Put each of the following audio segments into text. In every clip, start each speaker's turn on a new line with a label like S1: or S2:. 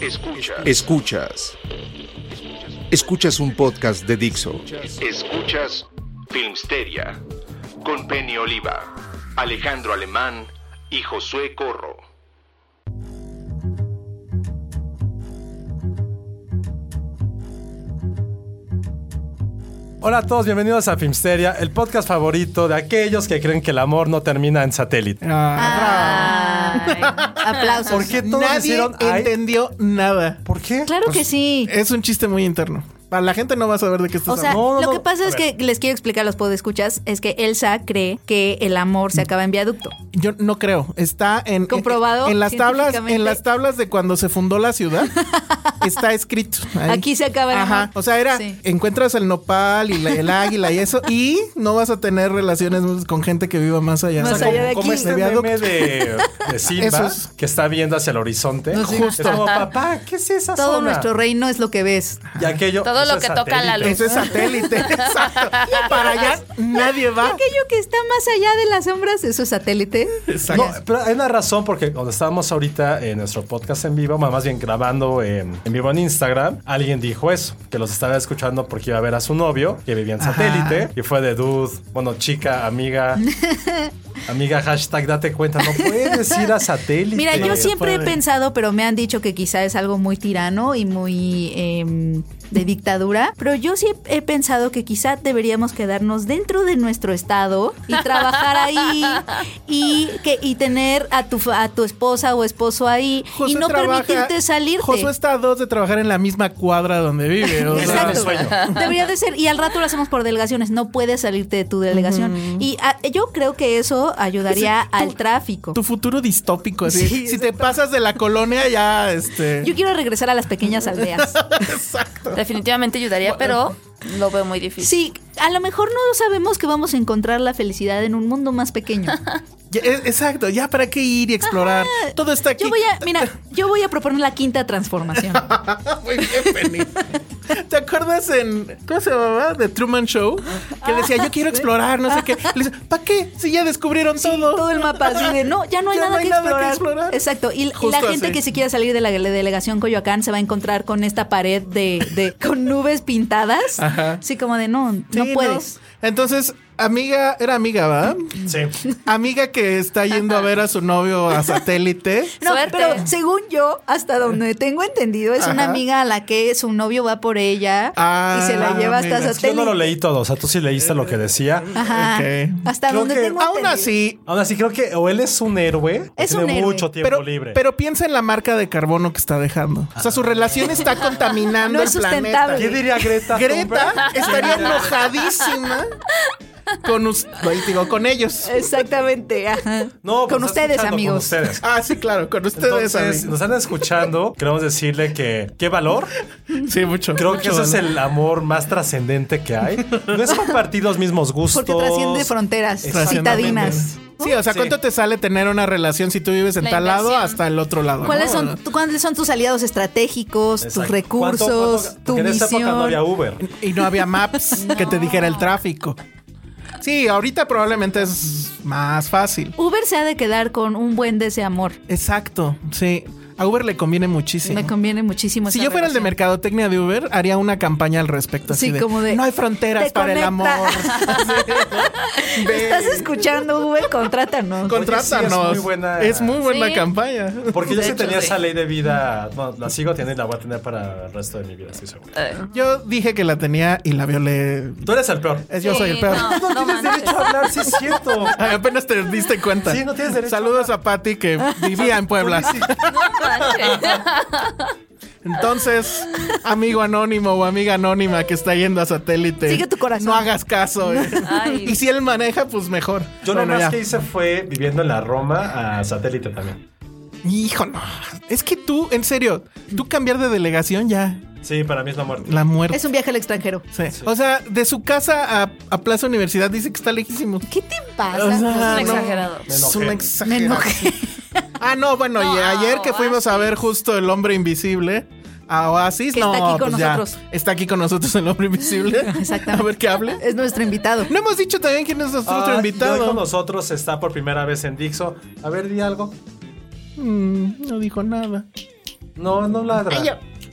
S1: Escuchas.
S2: Escuchas. Escuchas un podcast de Dixo.
S1: Escuchas Filmsteria con Penny Oliva, Alejandro Alemán y Josué Corro.
S3: Hola a todos, bienvenidos a Filmsteria, el podcast favorito de aquellos que creen que el amor no termina en satélite.
S4: Ay, aplausos.
S3: ¿Por qué todos
S5: Nadie
S3: hicieron ay?
S5: entendió nada.
S3: ¿Por qué?
S4: Claro que sí.
S5: Es un chiste muy interno. Para la gente no va a saber de qué estás
S4: O sea,
S5: hablando.
S3: No, no, no.
S4: lo que pasa
S3: A
S4: es
S3: ver.
S4: que les quiero explicar a los podescuchas es que Elsa cree que el amor se acaba en viaducto.
S5: Mm. Yo no creo. Está en
S4: Comprobado
S5: En, las tablas, en
S4: científicamente.
S5: las tablas de cuando se fundó la ciudad está escrito. ahí.
S4: Aquí se acaba el
S5: Ajá.
S4: amor.
S5: O sea, era
S4: Sí.
S5: encuentras el nopal y la- el águila y eso y no vas a tener relaciones con gente que viva más allá.
S4: Más
S5: O sea,
S4: allá de
S3: Como
S4: aquí.
S3: este
S5: viaducto.
S3: meme de, de Simba
S5: Eso es-
S3: que está viendo hacia el horizonte.
S4: No, sí.
S3: Justo. Es como, papá, ¿qué es esa
S4: Todo
S3: zona?
S4: nuestro reino es lo que ves.
S3: Y aquello,
S6: Todo
S3: eso
S6: lo
S3: es
S6: que toca la
S3: satélite.
S5: Eso es satélite. Exacto. Para allá nadie va.
S4: Aquello que está más allá de las sombras, eso es satélite.
S3: No, pero hay una razón porque cuando estábamos ahorita en nuestro podcast en vivo, más bien grabando eh, en vivo en Instagram, alguien dijo eso, que los estaba escuchando porque iba a ver a su novio, que vivía en satélite, y fue de dude, bueno, chica, amiga, amiga, hashtag, date cuenta, no puedes ir a satélite.
S4: Mira, yo siempre he pensado, pero me han dicho que quizá es algo muy tirano y muy em, de dictadura. Pero yo sí he he pensado que quizá deberíamos quedarnos dentro de nuestro estado y trabajar ahí y que y tener a tu fa- a tu esposa o esposo ahí y
S5: Josué
S4: no
S5: trabaja-
S4: permitirte salirte.
S5: Josué está a dos de trabajar en la misma cuadra donde vive. o sea,
S4: Exacto.
S3: sueño.
S4: Debería de ser. Y al rato lo hacemos por delegaciones. No puedes salirte de tu delegación. Y ah, yo creo que eso ayudaría
S5: Ese-
S4: al
S5: tú-
S4: tráfico.
S5: Tu futuro distópico. así.
S4: Sí,
S5: si te pasas de la colonia, ya este.
S4: Yo quiero regresar a las pequeñas aldeas.
S6: Definitivamente ayudaría, pero lo veo muy difícil.
S4: Sí, a lo mejor no sabemos que vamos a encontrar la felicidad en un mundo más pequeño.
S5: Ya, e- exacto, ya para qué ir y explorar. Todo está aquí.
S4: Yo voy a, mira, yo voy a proponer la quinta transformación.
S5: Muy bien, Penny. ¿Te acuerdas en. ¿Cómo se llamaba? The Truman Show. Que decía, yo quiero explorar, no sé qué. ¿Para qué? Si ya descubrieron todo.
S4: Todo el mapa así de no, ya no hay,
S5: Ya
S4: nada,
S5: no hay
S4: que
S5: nada que
S4: explorar.
S5: explorar.
S4: Exacto. Y, y la
S5: Justo
S4: gente
S5: así.
S4: que se quiera salir de la delegación Coyoacán se va a encontrar con esta pared de, de- con nubes pintadas.
S5: Ajá.
S4: Así como de no,
S5: Sí,
S4: no puedes.
S5: Entonces, amiga, era amiga, ¿va?
S3: Sí.
S5: Amiga que está yendo a ver a su novio a satélite.
S4: No,
S6: Suerte.
S4: pero según yo, hasta donde tengo entendido, es una
S5: Ajá.
S4: amiga a la que su novio va por ella
S5: Ah,
S4: y se la lleva hasta
S5: mira, es
S4: satélite.
S5: que
S3: Yo no lo leí todo, o sea, tú sí leíste lo que decía.
S4: Ajá.
S5: Ok.
S4: Hasta
S3: Creo
S4: donde
S3: que-
S4: tengo
S5: Aún
S4: entendido.
S5: así,
S3: Ahora sí, creo que o él es un héroe, o
S4: Es
S3: tiene
S4: un héroe,
S3: mucho tiempo
S5: pero,
S3: libre.
S5: pero piensa en la marca de carbono que está dejando. O sea, su relación está contaminando
S4: No
S5: el
S4: es sustentable.
S3: ¿Qué diría Greta?
S5: planeta. Greta
S3: Thunberg?
S5: estaría enojadísima con, us- no, digo, con ellos.
S4: Exactamente. ajá.
S3: No, pues
S4: con
S3: está
S4: ustedes,
S3: escuchando,
S4: amigos.
S3: Con ustedes.
S5: Ah, sí, claro, con ustedes.
S3: Entonces,
S5: amigos.
S3: nos están escuchando. Queremos decirle que qué valor.
S5: Sí, mucho.
S3: Creo
S5: mucho
S3: que ese es
S5: valor.
S3: el amor más trascendente que hay. No es compartir los mismos gustos.
S4: Porque trasciende fronteras citadinas.
S5: Sí, o sea, ¿cuánto te sale tener una relación si tú vives en
S6: La
S5: tal lado
S6: inversión.
S5: hasta el otro lado?
S4: ¿Cuáles
S5: no?
S4: son, tu- cuáles son tus aliados estratégicos,
S3: Exacto.
S4: tus
S3: ¿Cuánto-
S4: recursos,
S3: cuánto-
S4: tu
S3: porque En esa época no había
S4: visión?
S3: Uber.
S5: Y no había maps que te dijera el tráfico. Sí, ahorita probablemente es más fácil.
S4: Uber se ha de quedar con un buen de ese amor.
S5: Exacto, sí. A Uber le conviene muchísimo.
S4: Me conviene muchísimo.
S5: Si
S4: esa
S5: yo fuera el de
S4: relación.
S5: mercadotecnia de Uber, haría una campaña al respecto. Así
S4: Sí, como de,
S5: No hay
S4: "Te
S5: fronteras para el amor.
S4: conecta". Estás escuchando, Uber, contrátanos.
S5: Contrátanos.
S3: Oye, sí, es
S5: es
S3: muy
S5: muy
S3: buena.
S5: buena,
S6: Sí.
S5: campaña.
S3: Porque yo
S6: De
S3: sí
S6: hecho,
S3: tenía
S6: sí.
S3: esa ley de vida. Bueno, la sigo teniendo y la voy a tener para el resto de mi vida, estoy seguro.
S5: Yo dije que la tenía y la violé.
S3: Tú eres el peor.
S5: Es, yo soy el
S6: Sí,
S5: peor.
S6: no,
S3: No, tienes
S6: manches.
S3: derecho a hablar, sí es cierto.
S5: Ay, apenas te diste cuenta.
S3: Sí, no tienes derecho
S5: Saludos a Patty que vivía en Puebla.
S6: No manches.
S5: Entonces, amigo anónimo o amiga anónima que está yendo a satélite.
S4: Sigue tu corazón.
S5: No hagas caso. eh.
S6: Ay.
S5: Y si él maneja, pues mejor.
S3: Yo lo
S5: Bueno,
S3: más
S5: ya.
S3: que hice fue viviendo en la Roma a satélite también.
S5: Hijo, no. Es que tú, en serio, tú cambiar de delegación ya.
S3: Sí, para mí es la muerte.
S5: La muerte.
S4: Es un viaje al extranjero.
S5: Sí. O sea, de su casa a, a Plaza Universidad dice que está lejísimo.
S4: ¿Qué te pasa?
S5: O sea,
S4: Pues,
S6: Un
S5: no.
S6: exagerado.
S3: Me
S5: Es
S3: enojé.
S5: una
S4: Me
S5: exageración.
S4: enojé.
S5: Ah, no, bueno, y
S6: No,
S5: ayer que fuimos a ver justo El Hombre Invisible a Oasis,
S4: Que
S5: no,
S4: está aquí con
S5: pues ya.
S4: nosotros.
S5: Está aquí con nosotros El Hombre Invisible.
S4: Exactamente.
S5: A ver qué hable.
S4: Es nuestro invitado.
S5: No hemos dicho también quién es nuestro otro
S3: Ah, y hoy con
S5: invitado.
S3: nosotros está por primera vez en Dixo. A ver, di algo.
S5: Mm, no dijo nada.
S3: No, no ladra.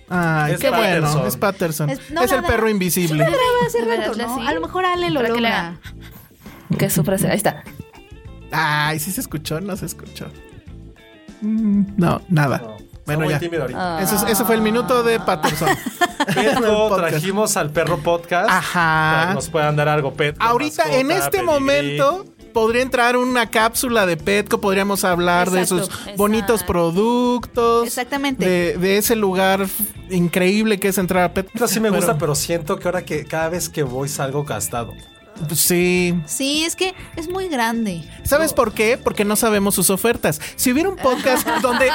S5: Ay,
S3: Es
S5: qué bueno.
S3: Patterson.
S5: Es Patterson. Es,
S4: Es- no,
S5: el
S4: nada.
S5: perro invisible.
S4: Hace rato,
S6: Verásle
S4: ¿no?
S6: así.
S4: A lo mejor Ale lo
S6: Para que le
S4: logra.
S6: Que su frase. Ahí está.
S5: Ay, sí se escuchó, no se escuchó. Mm, no, nada.
S3: No, está
S5: Bueno,
S3: muy
S5: ya.
S3: tímido ahorita.
S5: Eso, es- eso fue el minuto de Patterson.
S3: Petro,
S5: podcast.
S3: trajimos al perro podcast.
S5: Ajá.
S3: Para que Nos puedan dar algo, Petro.
S5: Ahorita,
S3: mascota,
S5: en este
S3: pedigrí.
S5: momento, podría entrar una cápsula de Petco, podríamos hablar de
S4: Exacto,
S5: sus bonitos
S6: exacto.
S5: productos.
S4: Exactamente.
S5: De, de ese lugar f- increíble que es entrar a Petco.
S3: Petro sí me gusta, pero, siento que ahora que cada vez que voy salgo gastado.
S5: pero... Sí.
S4: Sí, es que es muy grande.
S5: ¿Sabes por qué? Porque no sabemos sus ofertas. Si hubiera un podcast donde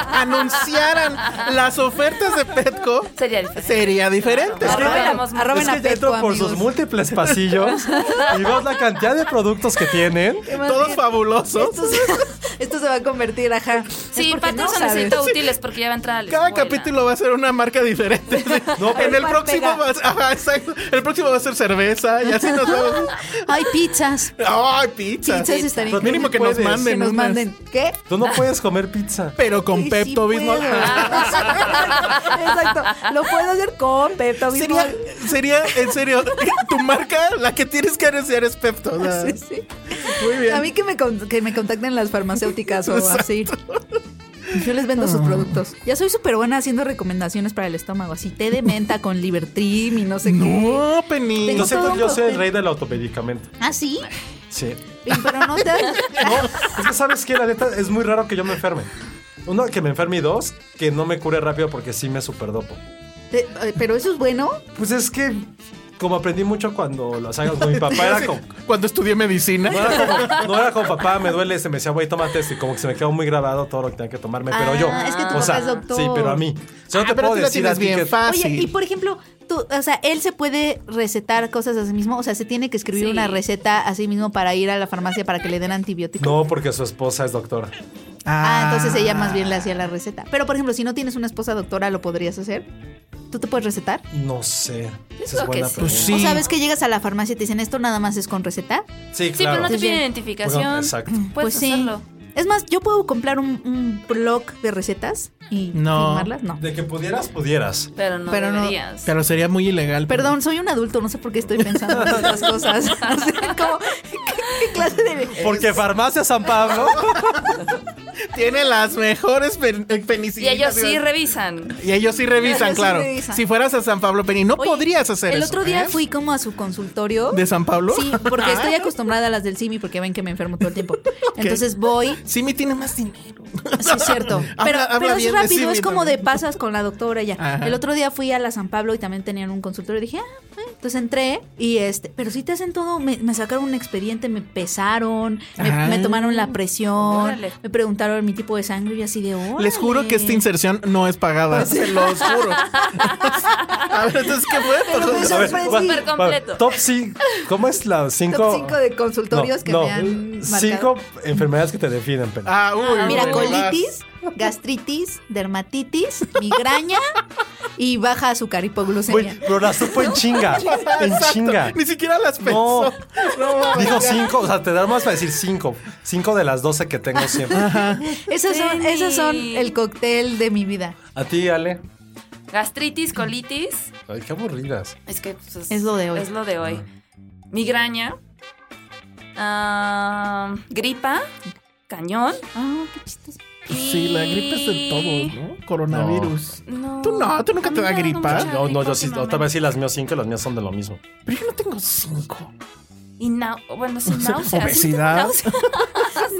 S5: anunciaran las ofertas de Petco,
S6: Sería diferente.
S5: sería diferente.
S6: Claro. Arroben-
S4: Arroben
S3: es que
S4: a Petco,
S3: entro por
S4: amigos.
S3: sus múltiples pasillos y veo la cantidad de productos que tienen.
S5: Todos fabulosos.
S4: Esto se, esto se va a convertir, ajá. Es
S6: Sí,
S4: porque
S6: partes
S4: no
S6: son
S4: sabes.
S6: necesito útiles porque ya va a entrar a la
S5: Cada
S6: escuela.
S5: capítulo va a ser una marca diferente. en el
S4: Pan
S5: próximo
S4: pega.
S5: va a ser, ajá, exacto. El próximo va a ser cerveza y así nos vamos.
S4: Ay, pizzas.
S5: Ay, pizza.
S4: Pizzas estarían
S3: Pero
S5: Mínimo que nos
S3: puedes.
S5: manden
S4: Que nos
S5: unas.
S4: manden. ¿Qué?
S3: Tú no puedes comer pizza.
S5: Pero con
S4: Sí,
S5: Pepto
S4: sí
S5: Bismol. Ah.
S4: puedo. Exacto. Lo puedo hacer con Pepto
S5: Sería,
S4: Bismol.
S5: sería, en serio, tu marca, la que tienes que anunciar es Pepto. o sea,
S4: Sí, sí.
S5: Muy bien.
S4: A mí que me, con- que me contacten las farmacéuticas o así. Yo les vendo sus
S5: Ah.
S4: productos. Ya soy súper buena haciendo recomendaciones para el estómago. Así té de menta con Libertrim y no sé qué.
S5: No, Penny.
S4: Tengo
S3: Yo siento
S4: todo
S3: que yo
S4: un
S3: soy el
S4: cóctel.
S3: rey del automedicamento.
S4: ¿Ah, sí?
S3: Sí.
S4: Pero no te...
S3: No, es que sabes que la neta es muy raro que yo me enferme. Uno, que me enferme y dos, que no me cure rápido porque sí me superdopo.
S4: te- eh, Pero eso es bueno.
S3: Pues es que, como aprendí mucho cuando las hagas con mi papá, era como,
S5: Cuando estudié medicina.
S3: no, era como, no era como, papá, me duele, se me decía, güey, tómate esto. Y como que se me quedó muy grabado todo lo que tenía que tomarme, pero
S4: Ah,
S3: yo.
S4: es que tu
S3: o sea,
S4: papá es doctor.
S3: Sí, pero a mí. O sea, no
S5: Ah,
S3: te
S5: pero
S3: puedo
S5: tú la
S3: decir a
S5: tienes
S3: ti
S5: bien
S3: que-
S5: fácil.
S4: Oye, y por ejemplo, tú, o sea, él se puede recetar cosas a sí mismo. O sea, se tiene que escribir
S6: Sí.
S4: una receta a sí mismo para ir a la farmacia para que le den antibiótico.
S3: No, porque su esposa es doctora.
S4: Ah, entonces ella más bien le hacía la receta. Pero, por ejemplo, si no tienes una esposa doctora, ¿lo podrías hacer? ¿Tú te puedes recetar?
S3: No sé. Esa es
S6: creo que
S3: buena
S6: sí.
S3: pregunta.
S5: Pues Sí.
S4: O sabes que llegas a la farmacia y te dicen, esto nada más es con receta.
S3: Sí,
S6: Sí, pero
S3: claro.
S6: no te piden
S4: Oye,
S6: identificación.
S3: bueno, exacto.
S6: Puedes hacerlo.
S4: Pues Es más, yo puedo comprar un, un blog de recetas y
S5: No.
S4: firmarlas. No.
S3: De que pudieras, pudieras.
S6: Pero no
S4: Pero no-
S6: deberías.
S5: Pero sería muy ilegal.
S4: Perdón, soy un adulto, no sé por qué estoy pensando en estas cosas. O sea, como, ¿qué, qué clase
S5: Eh,
S4: de.?
S3: Porque Farmacia San Pablo.
S5: Tiene las mejores pen- eh,
S6: Y
S5: penicilinas.
S6: ellos sí revisan.
S5: Y ellos sí revisan,
S4: Ellos sí
S5: claro.
S4: revisan.
S5: Si fueras a San Pablo Penny, no
S4: Oye,
S5: podrías hacer
S4: El
S5: eso.
S4: otro día
S5: ¿eh?
S4: fui como a su consultorio.
S5: ¿De San Pablo? Ah,
S4: Sí, porque estoy acostumbrada a las del CIMI porque ven que me enfermo todo el tiempo. Entonces voy
S5: Sí, me tiene más dinero.
S4: Sí, es cierto.
S5: Habla-
S4: pero
S5: habla
S4: pero
S5: bien
S4: es
S5: de
S4: rápido,
S5: Simi
S4: es como de
S5: también.
S4: pasas con la doctora y ya.
S5: Ajá.
S4: El otro día fui a la San Pablo y también tenían un consultorio y dije, ah, bueno. entonces entré y este, pero sí te hacen todo, me, me sacaron un expediente, me pesaron, me,
S5: Ah.
S4: me tomaron la presión,
S6: Órale.
S4: me preguntaron mi tipo de sangre y yo así de órale. Pues,
S5: Les juro que este esta inserción no es pagada. Se los juro. a ver, entonces, ¿qué fue?
S4: Pero pues, me
S3: A ver,
S4: sorprendí.
S3: va-
S6: Súper
S3: va-
S6: completo.
S3: Top 5. ¿Cómo es la 5?
S4: Top cinco de consultorios que me han marcado.
S3: 5 Mm, enfermedades que te definen, pero.
S5: Ah, uy.
S4: Mira,
S5: bueno, vas.
S4: colitis, gastritis, dermatitis, migraña, y baja azúcar, hipoglucemia.
S3: Güey, pero la supo en chinga. En
S5: Exacto.
S3: chinga.
S5: Ni siquiera las
S3: No.
S5: pensó. No, mames.
S3: Dijo cinco, o sea, te da más para decir cinco. Cinco de las doce que tengo siempre.
S4: Esos son, esos son el cóctel de mi vida.
S3: A ti, Ale.
S6: Gastritis, colitis.
S3: Ay, qué aburridas.
S6: Es que pues, es,
S4: Es lo de hoy.
S6: Es lo de hoy. Migraña. ah, gripa. Cañón.
S4: Ah, qué chistoso.
S5: Sí, la gripe es de todos, ¿no? Coronavirus.
S6: No.
S5: Tú no, tú nunca
S6: A
S5: te
S6: mí
S5: da
S6: me ha dado
S5: gripa.
S6: mucha
S3: Oh, No, no,
S6: gripa
S3: yo sí,
S6: últimamente.
S3: otra vez sí las mías cinco y las mías son de lo mismo.
S5: Pero yo no tengo cinco.
S6: Y nau- bueno, sí, náuseas.
S5: Obesidad.
S6: Sí, náuseas.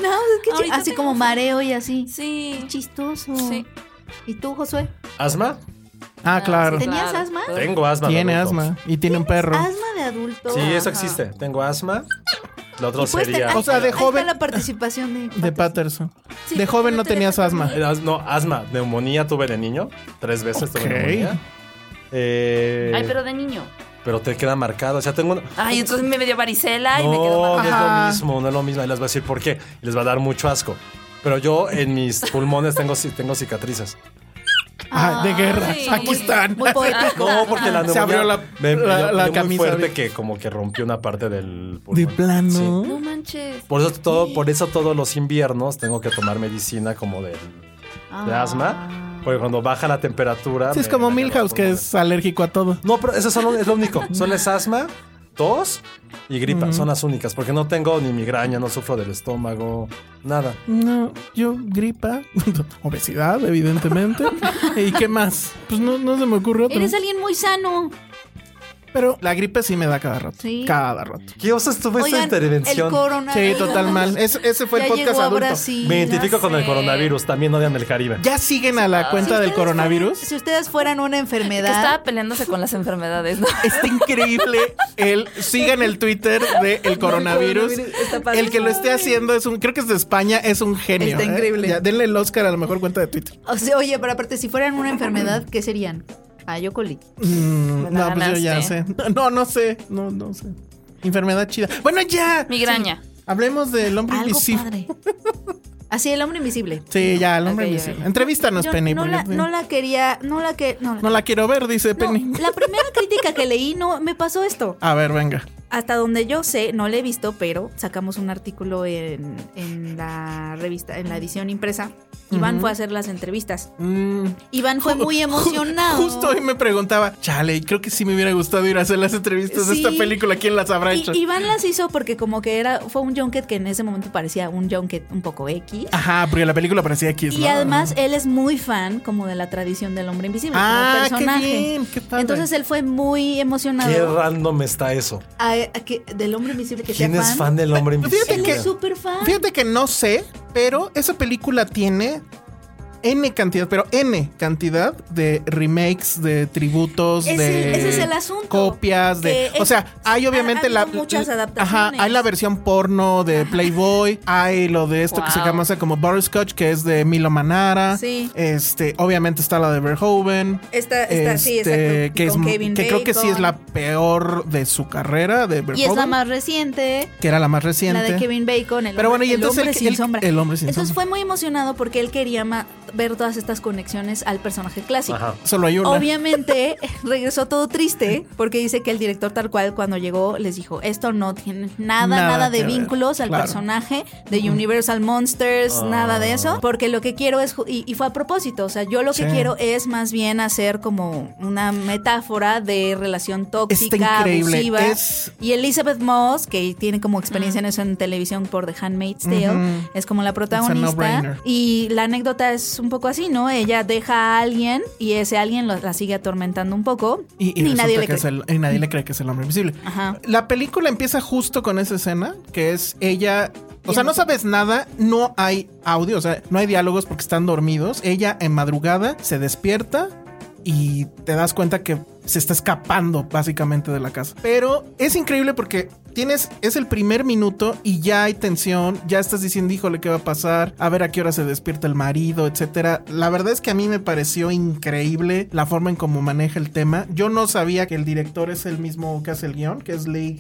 S4: No, es que chi-
S6: Ahorita
S4: así
S6: tengo
S4: como
S6: fe-
S4: mareo y así.
S6: Sí.
S4: Chistoso.
S6: Sí.
S4: ¿Y tú, Josué?
S3: ¿Asma?
S5: Ah, claro.
S6: sí,
S4: ¿Tenías
S6: Claro.
S4: asma?
S3: Tengo asma. de
S5: Tiene
S3: adulto.
S5: asma y tiene un perro.
S4: Asma de adulto.
S3: Sí,
S6: Ajá.
S3: eso existe. Tengo asma. Lo otro
S4: Pues ten-
S3: sería.
S4: ahí
S5: O sea, de
S4: está- ahí
S5: joven-
S4: está la participación de,
S5: De Patterson.
S6: Sí,
S5: de joven
S6: no
S5: no
S6: te
S5: tenías
S6: deja
S5: asma.
S3: Eh, as- No, asma. Neumonía tuve de niño. Tres veces
S5: Ok.
S3: tuve neumonía. Eh,
S6: Ay,
S3: pero...
S6: pero de niño.
S3: te queda marcado. O sea, tengo una.
S6: Ay, entonces me dio varicela y me quedó
S3: No, no
S6: marcado.
S3: es
S5: Ajá.
S3: lo mismo, no es lo mismo. Ahí les voy a decir por qué. Y les va a dar mucho asco. Pero yo en mis pulmones tengo, ci- tengo cicatrices.
S5: Ah, de guerra.
S6: sí.
S5: Aquí están.
S4: Muy poético.
S3: No, porque la neumonía
S5: Se abrió la-
S3: me, me
S5: la-
S3: dio- me
S5: la
S3: dio muy
S5: camisa,
S3: fuerte
S5: ¿ves?
S3: que como que rompió una parte del
S5: De
S3: pulmón. Sí.
S5: plano.
S6: No manches.
S3: Por eso, todo, por eso todos los inviernos tengo que tomar medicina como de, de
S4: Ah.
S3: asma. Porque cuando baja la temperatura.
S5: Sí, es
S3: me-
S5: como
S3: me quedo
S5: Milhouse, que
S3: con-
S5: es alérgico a todo.
S3: No, pero eso solo es lo único. Solo es asma, tos y gripa.
S5: Mm.
S3: Son las únicas. Porque no tengo ni migraña, no sufro del estómago, nada.
S5: No, yo gripa, obesidad, evidentemente. ¿Y qué más? Pues no, no se me ocurre otro.
S4: Eres alguien muy sano.
S5: Pero la gripe sí me da cada rato.
S4: Sí.
S5: Cada rato.
S3: ¿Qué oso estuvo esta
S4: Oigan,
S3: Pues intervención?
S4: el
S5: Sí,
S4: coronavirus.
S5: total mal. Es- ese fue
S4: ya
S5: el podcast
S4: llegó a
S5: adulto.
S4: Brasil.
S3: Me identifico con
S4: eh.
S3: el
S6: sé.
S3: coronavirus. También odian el Caribe.
S5: ¿Ya siguen a la cuenta del
S4: ustedes
S5: coronavirus?
S4: Si ustedes fueran una
S6: Que
S4: enfermedad,
S6: estaba peleándose con las enfermedades, ¿no?
S5: Está increíble. El, sigan el Twitter de el coronavirus.
S4: coronavirus, está
S5: El que
S4: padrísimo.
S5: lo esté haciendo es un, creo que es de España, es un genio.
S4: Está
S5: ¿eh?
S4: increíble.
S5: Ya, denle el Oscar a la mejor cuenta de Twitter.
S4: o sea, oye, pero aparte, si fueran una enfermedad, ¿qué serían? Ah, yo colitis.
S5: Mm,
S6: Me la
S5: no, pues yo ya sé.
S6: ganaste.
S5: No, no sé. No, no sé. Enfermedad chida. Bueno, ya.
S6: Migraña.
S5: Hablemos del hombre
S4: Algo
S5: invisible.
S4: padre. Así, el hombre invisible.
S5: Sí, ya, el hombre
S6: Ok,
S5: invisible.
S6: ok.
S5: Entrevístanos,
S4: Yo
S5: Penny.
S4: no,
S5: porque-
S4: la, no la quería, no la que, no la,
S5: No la quiero ver, dice
S4: no,
S5: Penny.
S4: la primera crítica que leí no me pasó esto.
S5: A ver, venga.
S4: Hasta donde yo sé, no la he visto, pero sacamos un artículo en, en la revista, en la edición impresa. Iván fue a hacer las entrevistas.
S5: Mm.
S4: Iván fue muy emocionado.
S5: Justo hoy me preguntaba, chale, creo que sí me hubiera gustado ir a hacer las entrevistas de
S4: Sí.
S5: esta película. ¿Quién las habrá
S4: Y-
S5: hecho?
S4: Iván las hizo porque como que era fue un junket que en ese momento parecía un junket un poco X.
S5: Ajá, porque la película parecía X,
S4: Y
S5: ¿no?
S4: además él es muy fan como de la tradición del hombre invisible
S5: Ah,
S4: como
S5: qué
S4: personaje.
S5: bien, qué padre.
S4: Entonces él fue muy
S3: Qué
S4: emocionado
S3: random está eso.
S4: a- a que- del hombre invisible que sea
S3: ¿Quién es fan del hombre
S5: Fíjate
S3: invisible?
S4: Él
S5: que-
S4: es súper fan.
S5: Fíjate que no sé, pero esa película tiene N cantidad, pero N cantidad de remakes, de tributos,
S4: Es
S5: de
S4: el- ese es el asunto.
S5: copias, de...
S4: Que
S5: o sea,
S4: es-
S5: hay
S4: ha-
S5: obviamente
S4: ha
S5: la...
S4: habido muchas
S5: Ajá,
S4: adaptaciones.
S5: hay la versión porno de Playboy, hay lo de esto que se
S6: Wow.
S5: llama como Butterscotch, que es de Milo Manara.
S4: Sí.
S5: Este, obviamente está la de Verhoeven. Este,
S4: Esta- esta, sí, exacto,
S5: Que, es-
S4: con Kevin
S5: que creo que sí es
S4: Bacon.
S5: la peor de su carrera, de Verhoeven.
S4: Y es la más reciente.
S5: que era la más reciente.
S4: La de Kevin Bacon, el
S5: Pero bueno,
S4: hombre,
S5: y
S4: el
S5: entonces el
S4: hombre
S5: que-
S4: sin
S5: el-
S4: sombra.
S5: el hombre sin
S4: entonces
S5: sombra.
S4: fue muy emocionado porque él quería ma- ver todas estas conexiones al personaje clásico.
S3: Ajá.
S5: Solo hay una.
S4: Obviamente regresó todo triste porque dice que el director tal cual cuando llegó les dijo esto no tiene nada
S5: Nada
S4: nada, de
S5: que ver,
S4: vínculos al
S5: claro.
S4: personaje de Universal Monsters nada de eso porque lo que quiero es ju- y, y fue a propósito o sea yo lo que
S5: Sí.
S4: quiero es más bien hacer como una metáfora de relación tóxica
S5: increíble,
S4: abusiva
S5: es-
S4: y Elizabeth Moss que tiene como experiencia en eso en televisión por The Handmaid's Tale
S5: Ujú.
S4: es como la
S5: no-brainer.
S4: protagonista y la anécdota es un poco así, ¿no? Ella deja a alguien y ese alguien lo- la sigue atormentando un poco
S5: Y, y
S4: ni
S5: resulta
S4: nadie le
S5: que
S4: cree.
S5: es el- y nadie le cree que es el hombre invisible.
S4: Ajá.
S5: La película empieza justo con esa escena, que es ella. O sea, no sabes nada, no hay audio, o sea, no hay diálogos porque están dormidos. Ella en madrugada se despierta y te das cuenta que se está escapando básicamente de la casa. Pero es increíble porque tienes, es el primer minuto y ya hay tensión, ya estás diciendo, híjole, ¿qué va a pasar? A ver a qué hora se despierta el marido, etcétera. La verdad es que a mí me pareció increíble la forma en cómo maneja el tema. Yo no sabía que el director es el mismo que hace el guión, que es Leigh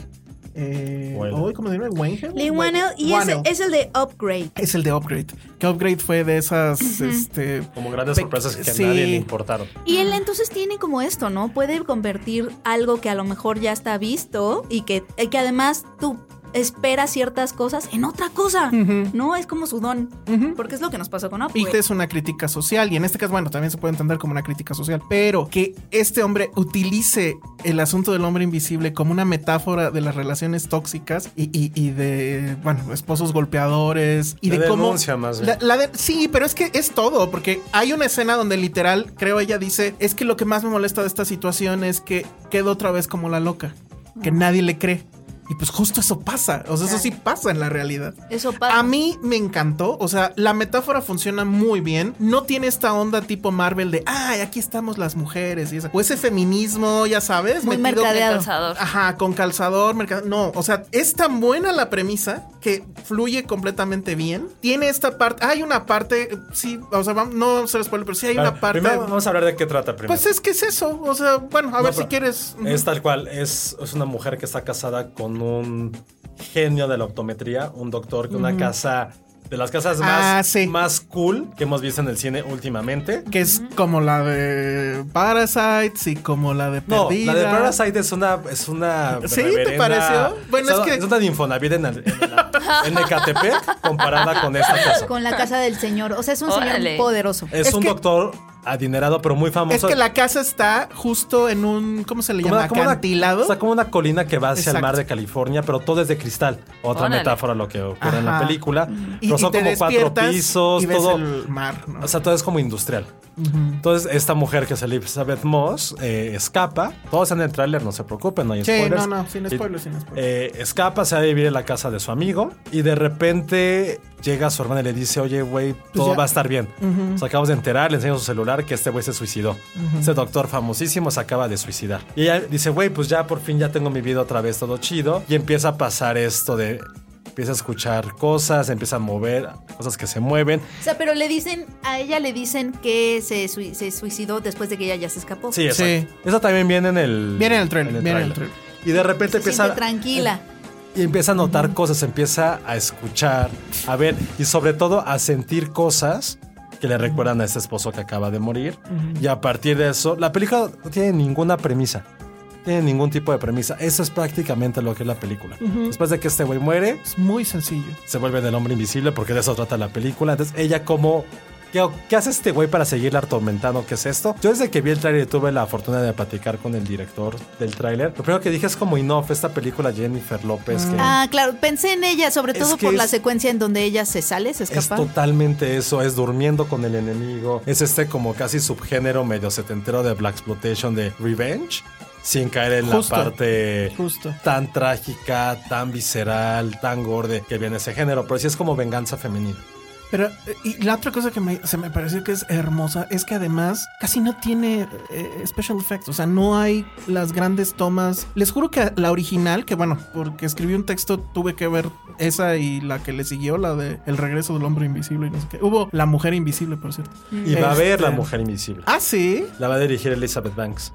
S5: Eh,
S3: Wayne.
S5: hoy, ¿Cómo se llama? Wayne
S4: Lee Wannell, y es, es el de Upgrade.
S5: Es el de Upgrade. Que Upgrade fue de esas. este,
S3: Como grandes
S5: pe-
S3: sorpresas que
S5: sí.
S3: a nadie le importaron.
S4: Y él entonces tiene como esto, ¿no? Puede convertir algo que a lo mejor ya está visto y que, eh, que además tú esperas ciertas cosas en otra cosa, ¿no? Es como su don, porque es lo que nos pasó con
S5: Y
S4: Upgrade.
S5: es una crítica social. Y en este caso, bueno, también se puede entender como una crítica social. Pero que este hombre utilice el asunto del hombre invisible como una metáfora de las relaciones tóxicas y, y- y de, bueno, esposos golpeadores y
S3: De
S5: de, cómo.
S3: denuncia, más bien.
S5: La- la de- sí, pero es que es todo. Porque hay una escena donde literal, creo ella dice: Es que lo que más me molesta de esta situación es que quedo otra vez como la loca, que nadie le cree. Y pues justo eso pasa. O sea, eso sí pasa en la realidad.
S4: Eso pasa.
S5: A mí me encantó. O sea, la metáfora funciona muy bien. No tiene esta onda tipo Marvel de, ay, aquí estamos las mujeres y esa. O ese feminismo, ya sabes.
S4: Muy
S5: metido-
S4: mercadeado.
S6: Calzador.
S5: Ajá, con calzador, mercado. No, o sea, es tan buena la premisa que fluye completamente bien. Tiene esta parte. Hay una parte, sí, o sea, vam- no se los spoiler, pero sí hay
S3: Claro,
S5: una parte.
S3: Primero vamos a hablar de qué trata primero.
S5: Pues es que es eso. O sea, bueno, a
S3: No,
S5: ver
S3: pero
S5: si quieres. ujú.
S3: Es tal cual. Es, es una mujer que está casada con un genio de la optometría, un doctor con una casa. De las casas más,
S5: Ah, sí.
S3: más cool que hemos visto en el cine últimamente.
S5: Que es como la de Parasites y como la de
S3: No,
S5: Perdida.
S3: la de Parasite es una. Es una
S5: ¿Sí? ¿Te
S3: reverenda-
S5: pareció? Bueno,
S3: es,
S5: es
S3: una-
S5: que-
S3: es una de Infonavit en, el- en la- en Ecatepec comparada con esta casa.
S4: Con la casa del señor, o sea, es un
S6: Órale.
S4: señor poderoso.
S3: Es,
S5: Es
S3: un
S5: que-
S3: doctor adinerado, pero muy famoso.
S5: Es que la casa está justo en un, ¿cómo se le
S3: Como
S5: llama?
S3: una- como una-
S5: Acantilado.
S3: Está como una colina que va hacia el
S5: Exacto.
S3: mar de California, pero todo es de cristal. Otra
S6: Órale.
S3: metáfora a lo que ocurre en la
S5: Ajá.
S3: película.
S5: Y,
S3: pero
S5: y
S3: son
S5: te
S3: como cuatro
S5: despiertas
S3: pisos,
S5: y ves
S3: todo.
S5: el mar. ¿no?
S3: O sea, todo es como industrial. Entonces, esta mujer que es Elizabeth Moss eh, escapa. Todos están en el tráiler, no se preocupen, no hay
S5: Sí,
S3: spoilers.
S5: no, no, sin spoilers,
S3: Y,
S5: sin spoilers.
S3: eh, escapa, se va a vivir en la casa de su amigo y de repente llega su hermana y le dice, oye, güey, todo
S5: Pues ya.
S3: va a estar bien. Nos acabamos de enterar, le enseño su celular que este güey se suicidó. Este doctor famosísimo se acaba de suicidar. Y ella dice, güey, pues ya por fin ya tengo mi vida otra vez, todo chido. Y empieza a pasar esto de... Empieza a escuchar cosas, empieza a mover cosas que se mueven.
S4: O sea, pero le dicen, a ella le dicen que se, sui- se suicidó después de que ella ya se escapó.
S3: Sí,
S5: Sí.
S3: exacto. Eso también viene en el.
S5: Viene en el tráiler, viene en el
S3: tráiler. Y de repente
S4: se
S3: empieza. eh,
S4: siente tranquila.
S3: Y empieza a notar cosas, empieza a escuchar, a ver y sobre todo a sentir cosas que le recuerdan a este esposo que acaba de morir. Y a partir de eso, la película no tiene ninguna premisa. no Tiene ningún tipo de premisa. Eso es prácticamente lo que es la película. Después de que este güey muere,
S5: es muy sencillo.
S3: se vuelve del hombre invisible porque de eso trata la película. Entonces, ella como... ¿Qué, qué hace este güey para seguirla atormentando? ¿Qué es esto? Yo desde que vi el tráiler y tuve la fortuna de platicar con el director del tráiler. Lo primero que dije es como Inoff, esta película Jennifer López que
S4: Ah, claro, pensé en ella, sobre
S3: Es
S4: todo
S3: que
S4: por la
S3: es-
S4: secuencia en donde ella se sale, se
S3: es
S4: escapa.
S3: totalmente eso, es durmiendo con el enemigo. Es este como casi subgénero medio setentero de Black Exploitation de Revenge. Sin caer en
S5: Justo,
S3: la parte
S5: justo.
S3: tan trágica, tan visceral, tan gorde que viene ese género. Pero sí es como venganza femenina.
S5: Pero eh, y la otra cosa que me- se me pareció que es hermosa es que además casi no tiene eh, special effects, o sea, no hay las grandes tomas. Les juro que la original, que bueno, porque escribí un texto, tuve que ver esa y la que le siguió, la de El regreso del hombre invisible y no sé qué. Hubo La mujer invisible, por cierto.
S3: Y va a ver
S5: Este-
S3: La Mujer Invisible.
S5: Ah, sí,
S3: La va a dirigir Elizabeth Banks.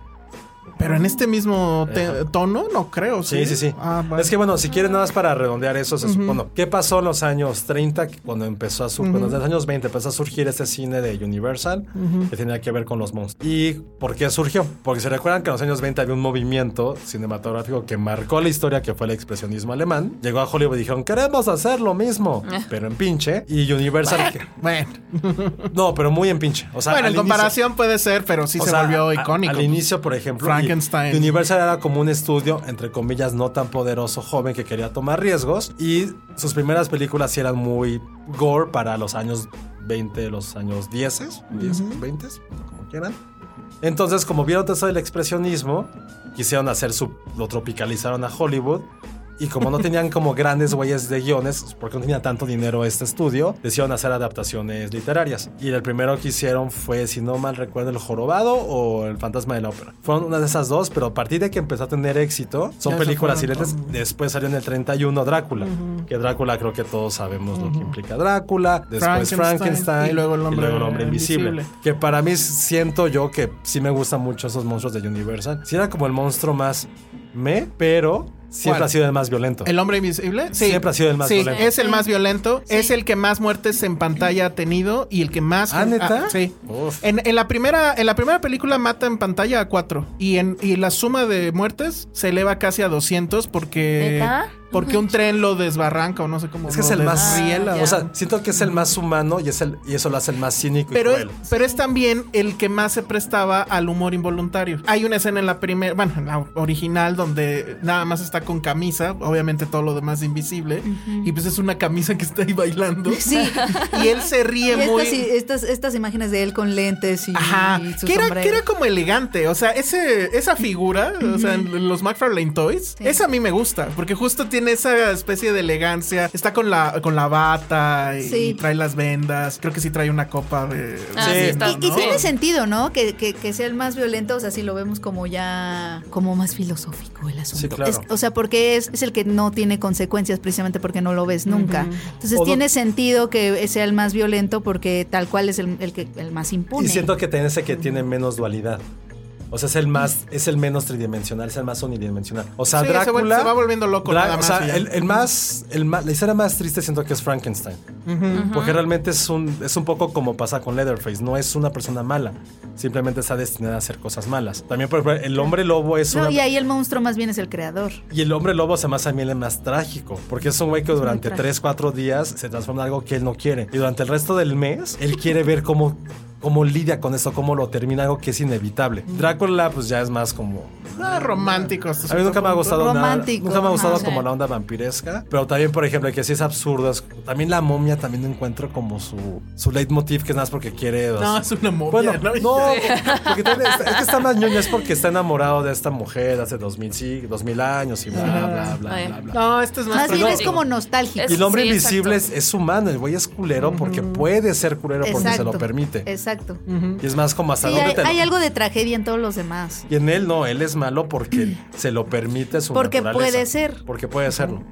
S5: pero en este mismo te-
S3: Ajá.
S5: tono, no creo.
S3: Sí, sí, sí.
S5: Ah, vale.
S3: Es que bueno, si quieren nada más para redondear eso, se supone. ¿Qué pasó en los años 30 que cuando empezó a surgir, en los años 20 empezó a surgir este cine de Universal que tenía que ver con los monstruos? ¿Y por qué surgió? Porque se recuerdan que en los años 20 había un movimiento cinematográfico que marcó la historia que fue el expresionismo alemán. Llegó a Hollywood y dijeron, queremos hacer lo mismo, pero en pinche. Y Universal...
S5: Ah. Bueno,
S3: no, pero muy en pinche. O sea,
S5: bueno
S3: al
S5: en
S3: inicio-
S5: comparación puede ser, pero sí
S3: o
S5: se
S3: sea,
S5: volvió
S3: a-
S5: icónico.
S3: al inicio, por ejemplo,
S5: Frankenstein.
S3: y Universal era como un estudio, entre comillas, no tan poderoso, joven que quería tomar riesgos. Y sus primeras películas sí eran muy gore para los años 20, los años 10, 10, 20, como quieran. Entonces, como vieron todo eso del expresionismo, quisieron hacer su. lo tropicalizaron a Hollywood. Y como no tenían como grandes güeyes de guiones, porque no tenía tanto dinero este estudio, decidieron hacer adaptaciones literarias. Y el primero que hicieron fue, si no mal recuerdo, El Jorobado o El Fantasma de la Ópera. Fueron una de esas dos, pero a partir de que empezó a tener éxito, son
S5: Ya se
S3: películas
S5: fueron
S3: silentes. Después salió en el 31 Drácula, que Drácula creo que todos sabemos lo que implica Drácula. Después
S5: Frankenstein,
S3: Frankenstein,
S5: y luego El Hombre
S3: Invisible.
S5: Invisible.
S3: Que para mí siento yo que sí me gustan mucho esos monstruos de Universal. Sí era como el monstruo más me, pero Siempre
S5: ¿Cuál?
S3: ha sido el más violento.
S5: ¿El hombre invisible? Sí.
S3: Siempre ha sido el más
S5: Sí,
S3: violento.
S5: es el más violento. Es el que más muertes en pantalla ha tenido y el que más.
S3: ¿Ah, neta?
S5: sí.
S3: Uf.
S5: En, en la primera, en la primera película mata en pantalla a cuatro. Y, en, y la suma de muertes se eleva casi a 200 porque.
S6: ¿Neta?
S5: Porque un tren lo desbarranca o no sé cómo.
S3: Es que
S5: lo
S3: es el más.
S5: desriela.
S3: o sea, siento que es el más humano y, es el, y eso lo hace el más cínico
S5: Pero,
S3: y
S5: es-
S3: cruel.
S5: pero es también el que más se prestaba al humor involuntario. Hay una escena en la primera, bueno, en la original, donde nada más está con camisa, obviamente todo lo demás invisible, y pues es una camisa que está ahí bailando.
S4: Sí.
S5: Y él se ríe
S4: Y este
S5: muy.
S4: estas, y- estas, estas imágenes de él con lentes y,
S5: Ajá,
S4: y su
S5: que era,
S4: sombrero.
S5: que era como elegante, o sea, ese, esa figura, o sea, en los McFarlane Toys, esa a mí me gusta, porque justo tiene esa especie de elegancia, está con la, con la bata y,
S4: Sí.
S5: y trae las vendas, creo que sí trae una copa de...
S6: Ah, sí, está,
S4: Y, y
S6: ¿no?
S4: tiene sentido, ¿no? Que, que- que sea el más violento, o sea, si lo vemos como ya, como más filosófico el asunto.
S3: Sí, claro.
S4: Es- o sea, porque es, es el que no tiene consecuencias precisamente porque no lo ves nunca. Entonces
S3: O lo-
S4: tiene sentido que sea el más violento porque tal cual es el, el que, el más impune.
S3: Y siento que tiene ese que tiene menos dualidad. O sea, es el más, es el menos tridimensional, es el más unidimensional. O sea,
S5: Sí, se
S3: Drácula
S5: vuelve- se va volviendo loco nada
S3: o
S5: más
S3: sea,
S5: y ya.
S3: el, el más, el más, la historia más triste siento que es Frankenstein, porque realmente es un, es un poco como pasa con Leatherface. No es una persona mala, simplemente está destinada a hacer cosas malas. También, por ejemplo, el hombre lobo es
S4: No,
S3: una
S4: y ahí el monstruo más bien es el creador.
S3: y el hombre lobo se me hace a mí el más trágico, porque es un güey que durante 3, 4 días se transforma en algo que él no quiere. Y durante el resto del mes, él quiere ver cómo, cómo lidia con eso, cómo lo termina, algo que es inevitable. Drácula, pues ya es más como...
S5: Ah, romántico. hasta
S3: A mí
S5: cierto
S3: nunca me ha
S5: punto.
S3: gustado nada.
S4: Romántico,
S3: Nunca me ha gustado
S4: ajá.
S3: como la onda vampiresca. Pero también, por ejemplo, que sí es absurdo. es- también la momia también encuentro como su, su leitmotiv, que es nada más porque quiere. o
S5: No,
S3: sea,
S5: es una momia.
S3: bueno,
S5: ¿no?
S3: no, porque también es, es que está más ñoño, es porque está enamorado de esta mujer hace 2000, sí, 2000 años y bla, bla, bla,
S6: Ay.
S3: bla, bla.
S5: No, esto es más.
S4: Más bien
S3: no.
S4: es como nostálgico.
S6: Es-
S3: Y el hombre
S6: sí,
S3: invisible es,
S6: exacto.
S3: es humano, el güey es culero porque puede ser culero porque se lo
S4: Exacto,
S3: permite.
S4: Exacto.
S3: Y es más como hasta
S4: Sí,
S3: dónde
S4: hay,
S3: te lo-
S4: hay algo de tragedia en todos los demás.
S3: Y en él no, él es malo porque se lo permite su
S4: Porque
S3: naturaleza.
S4: puede ser.
S3: Porque puede serlo.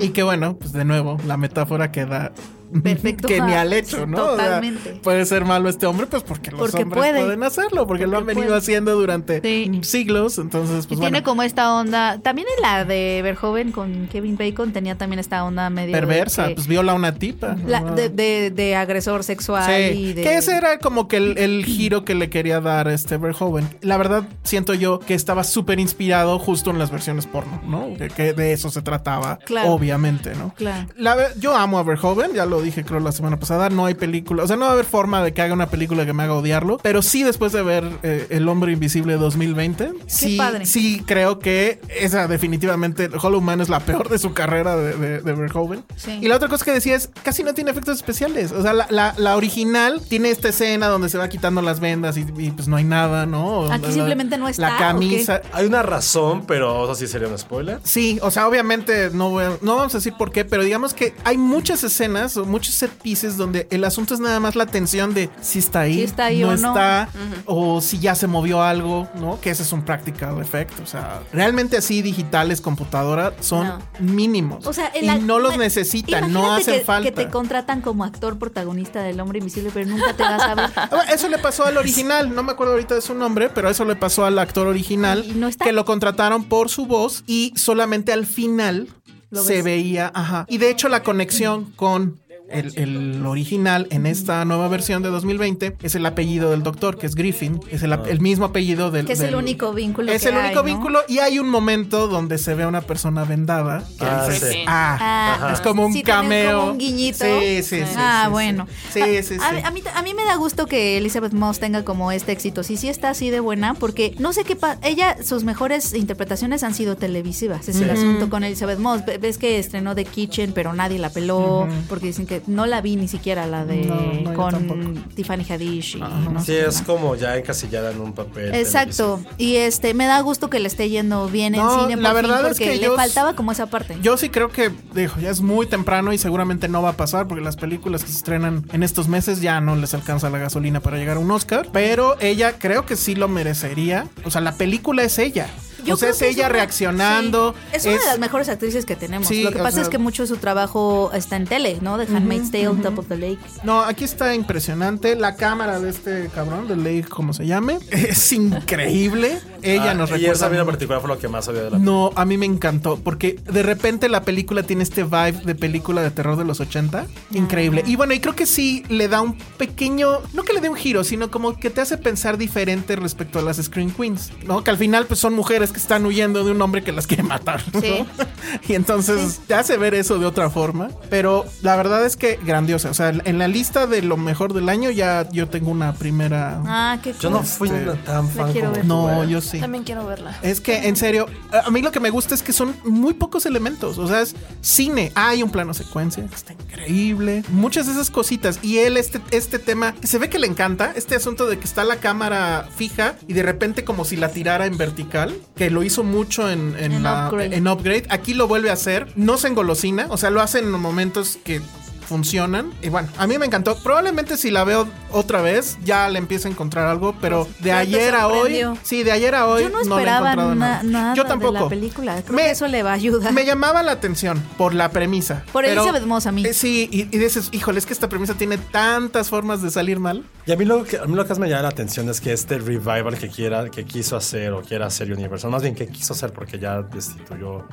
S5: Y que bueno, pues de nuevo, la metáfora queda.
S4: Perfecto.
S5: Que ni al hecho, ¿no? O sea,
S4: Totalmente.
S5: puede ser malo este hombre, pues porque los
S4: Porque
S5: hombres
S4: puede.
S5: pueden hacerlo, porque, lo han
S4: Porque
S5: venido
S4: puede.
S5: haciendo durante
S4: Sí.
S5: siglos. Entonces,
S4: Y
S5: pues
S4: tiene
S5: bueno.
S4: como esta onda. También en la de Verjoven con Kevin Bacon tenía también esta onda medio. de
S5: Perversa,
S4: que-
S5: pues viola a una tipa.
S4: la-
S5: ¿no?
S4: de, de- de agresor sexual y
S5: Sí,
S4: de.
S5: que ese era como que el, el giro que le quería dar este Verhoeven. La verdad, siento yo que estaba súper inspirado justo en las versiones porno, ¿no? Que, que de eso se trataba,
S4: Claro.
S5: obviamente, ¿no?
S4: Claro.
S5: La ve- yo amo a Verhoeven, ya lo dije creo la semana pasada, no hay película, o sea, no va a haber forma de que haga una película que me haga odiarlo, pero sí después de ver eh, El Hombre Invisible 2020, sí,
S4: padre.
S5: sí creo que esa definitivamente, Hollow Man es la peor de su carrera de, de- de Verhoeven.
S4: Sí.
S5: Y la otra cosa que decía es, casi no tiene efectos especiales, o sea, la, la- la original tiene esta escena donde se va quitando las vendas y, y, pues no hay nada, ¿no? O
S4: Aquí
S5: la-
S4: simplemente no está,
S5: La
S4: ¿o
S5: camisa,
S3: Hay una razón, pero eso sí sería un spoiler.
S5: Sí, o sea, obviamente no, voy a- no vamos a decir por qué, pero digamos que hay muchas escenas o muchos set pieces donde el asunto es nada más la tensión de si está ahí,
S4: Si está ahí
S5: no
S4: o no.
S5: está, o si ya se movió algo, ¿no? Que ese es un practical effect. O sea, realmente así digitales, computadora, son
S6: No.
S5: mínimos.
S4: O sea, en
S5: y
S4: la-
S5: no los
S4: ima-
S5: necesitan, no
S4: imagínate
S5: hacen
S4: que,
S5: falta.
S4: Que te contratan como actor protagonista del hombre invisible, pero nunca te vas a ver.
S5: Ah, bueno, Eso le pasó al original, no me acuerdo ahorita de su nombre, pero eso le pasó al actor original
S4: Y no está.
S5: que lo contrataron por su voz y solamente al final
S4: Lo
S5: se
S4: ves.
S5: veía, ajá. Y de hecho la conexión con el, el original en esta nueva versión de 2020 es el apellido del doctor, que es Griffin, es el, ap-
S3: Ah.
S5: el mismo apellido del...
S4: Que es el
S5: del-
S4: único vínculo
S5: Es
S4: que
S5: el único
S4: hay, ¿no?
S5: vínculo y hay un momento donde se ve a una persona vendada. que
S3: Ah,
S5: dices,
S3: sí.
S5: "Ah,
S4: Ah,
S5: es como un
S4: sí, tienen
S5: cameo.
S4: como un guiñito.
S5: Sí, sí, sí.
S4: Ah,
S5: sí, sí.
S4: bueno. Ah,
S5: Sí, sí, sí.
S4: A, a mí, a mí me da gusto que Elizabeth Moss tenga como este éxito. Sí, sí está así de buena, porque no sé qué pasa. Ella, sus mejores interpretaciones han sido televisivas. Es el asunto con Elizabeth Moss. Ve- Ves que estrenó The Kitchen, pero nadie la peló, porque dicen que no la vi ni siquiera la de
S5: No, no, yo tampoco. Ah,
S4: con Tiffany Haddish. Y no
S3: Sí,
S4: sé
S3: es como ya encasillada en un papel.
S4: Exacto, y este me da gusto que le esté yendo bien
S5: No,
S4: en cine.
S5: la
S4: por fin,
S5: verdad es
S4: porque
S5: que
S4: le
S5: yo-
S4: faltaba como esa parte.
S5: Yo sí creo que, dijo, ya es muy temprano y seguramente no va a pasar porque las películas que se estrenan en estos meses ya no les alcanza la gasolina para llegar a un Oscar. Pero ella creo que sí lo merecería. O sea, la película es ella.
S4: Yo
S5: o sea,
S4: creo
S5: es
S4: que
S5: ella
S4: una-
S5: reaccionando.
S4: sí. Es una de las mejores actrices que tenemos.
S5: Sí,
S4: Lo que
S5: o
S4: pasa
S5: sea-
S4: es que mucho de su trabajo está en tele, ¿no? De Handmaid's Tale, Top of the Lake.
S5: No, aquí está impresionante. La cámara de este cabrón, de Lake, como se llame, es increíble. ella
S3: Ah,
S5: nos
S3: y
S5: recuerda.
S3: esa vida
S5: mucho.
S3: particular fue lo que más había de la
S5: No, a mí me encantó porque de repente la película tiene este vibe de película de terror de los 80. Increíble. Y bueno, y creo que sí le da un pequeño, no que le dé un giro, sino como que te hace pensar diferente respecto a las Scream Queens, ¿no? Que al final pues son mujeres que están huyendo de un hombre que las quiere matar. ¿no?
S6: Sí.
S5: Y entonces te hace ver eso de otra forma. Pero la verdad es que grandiosa. O sea, en la lista de lo mejor del año ya yo tengo una primera...
S4: Ah, qué
S3: Yo no
S4: cool.
S3: fui
S5: Este,
S3: na- tan fan
S4: quiero
S3: como
S4: ver.
S3: tú,
S5: No,
S3: eh.
S5: yo sí.
S6: También quiero verla.
S5: Es que, en serio, a a mí lo que me gusta es que son muy pocos elementos. O sea, es cine. Hay un plano secuencia que está increíble. Muchas de esas cositas. Y él, este, este tema, que se ve que le encanta. Este asunto de que está la cámara fija y de repente como si la tirara en vertical. Que lo hizo mucho en, en
S4: En
S5: la-
S4: Upgrade.
S5: en Upgrade. Aquí lo vuelve a hacer. No se engolosina. O sea, lo hace en momentos que funcionan y bueno a mí me encantó probablemente si la veo otra vez ya le empiezo a encontrar algo pero de
S6: Pues, Ya te
S5: ayer a hoy
S6: sorprendió.
S5: sí de ayer a hoy
S4: Yo no
S5: le he
S4: esperaba
S5: encontrado
S4: na-
S5: nada.
S4: nada
S5: Yo tampoco.
S4: de la película. Creo
S5: Me-
S4: que eso le va a ayudar.
S5: Me llamaba la atención por la premisa.
S4: Por
S5: pero-
S4: Elizabeth Moss a mí.
S5: Eh, sí, y, y dices, híjole, es que esta premisa tiene tantas formas de salir mal.
S3: Y a mí lo que, a mí lo que más me llama la atención es que este revival que quiera, que quiso hacer o quiera hacer Universal, más bien que quiso hacer porque ya destituyó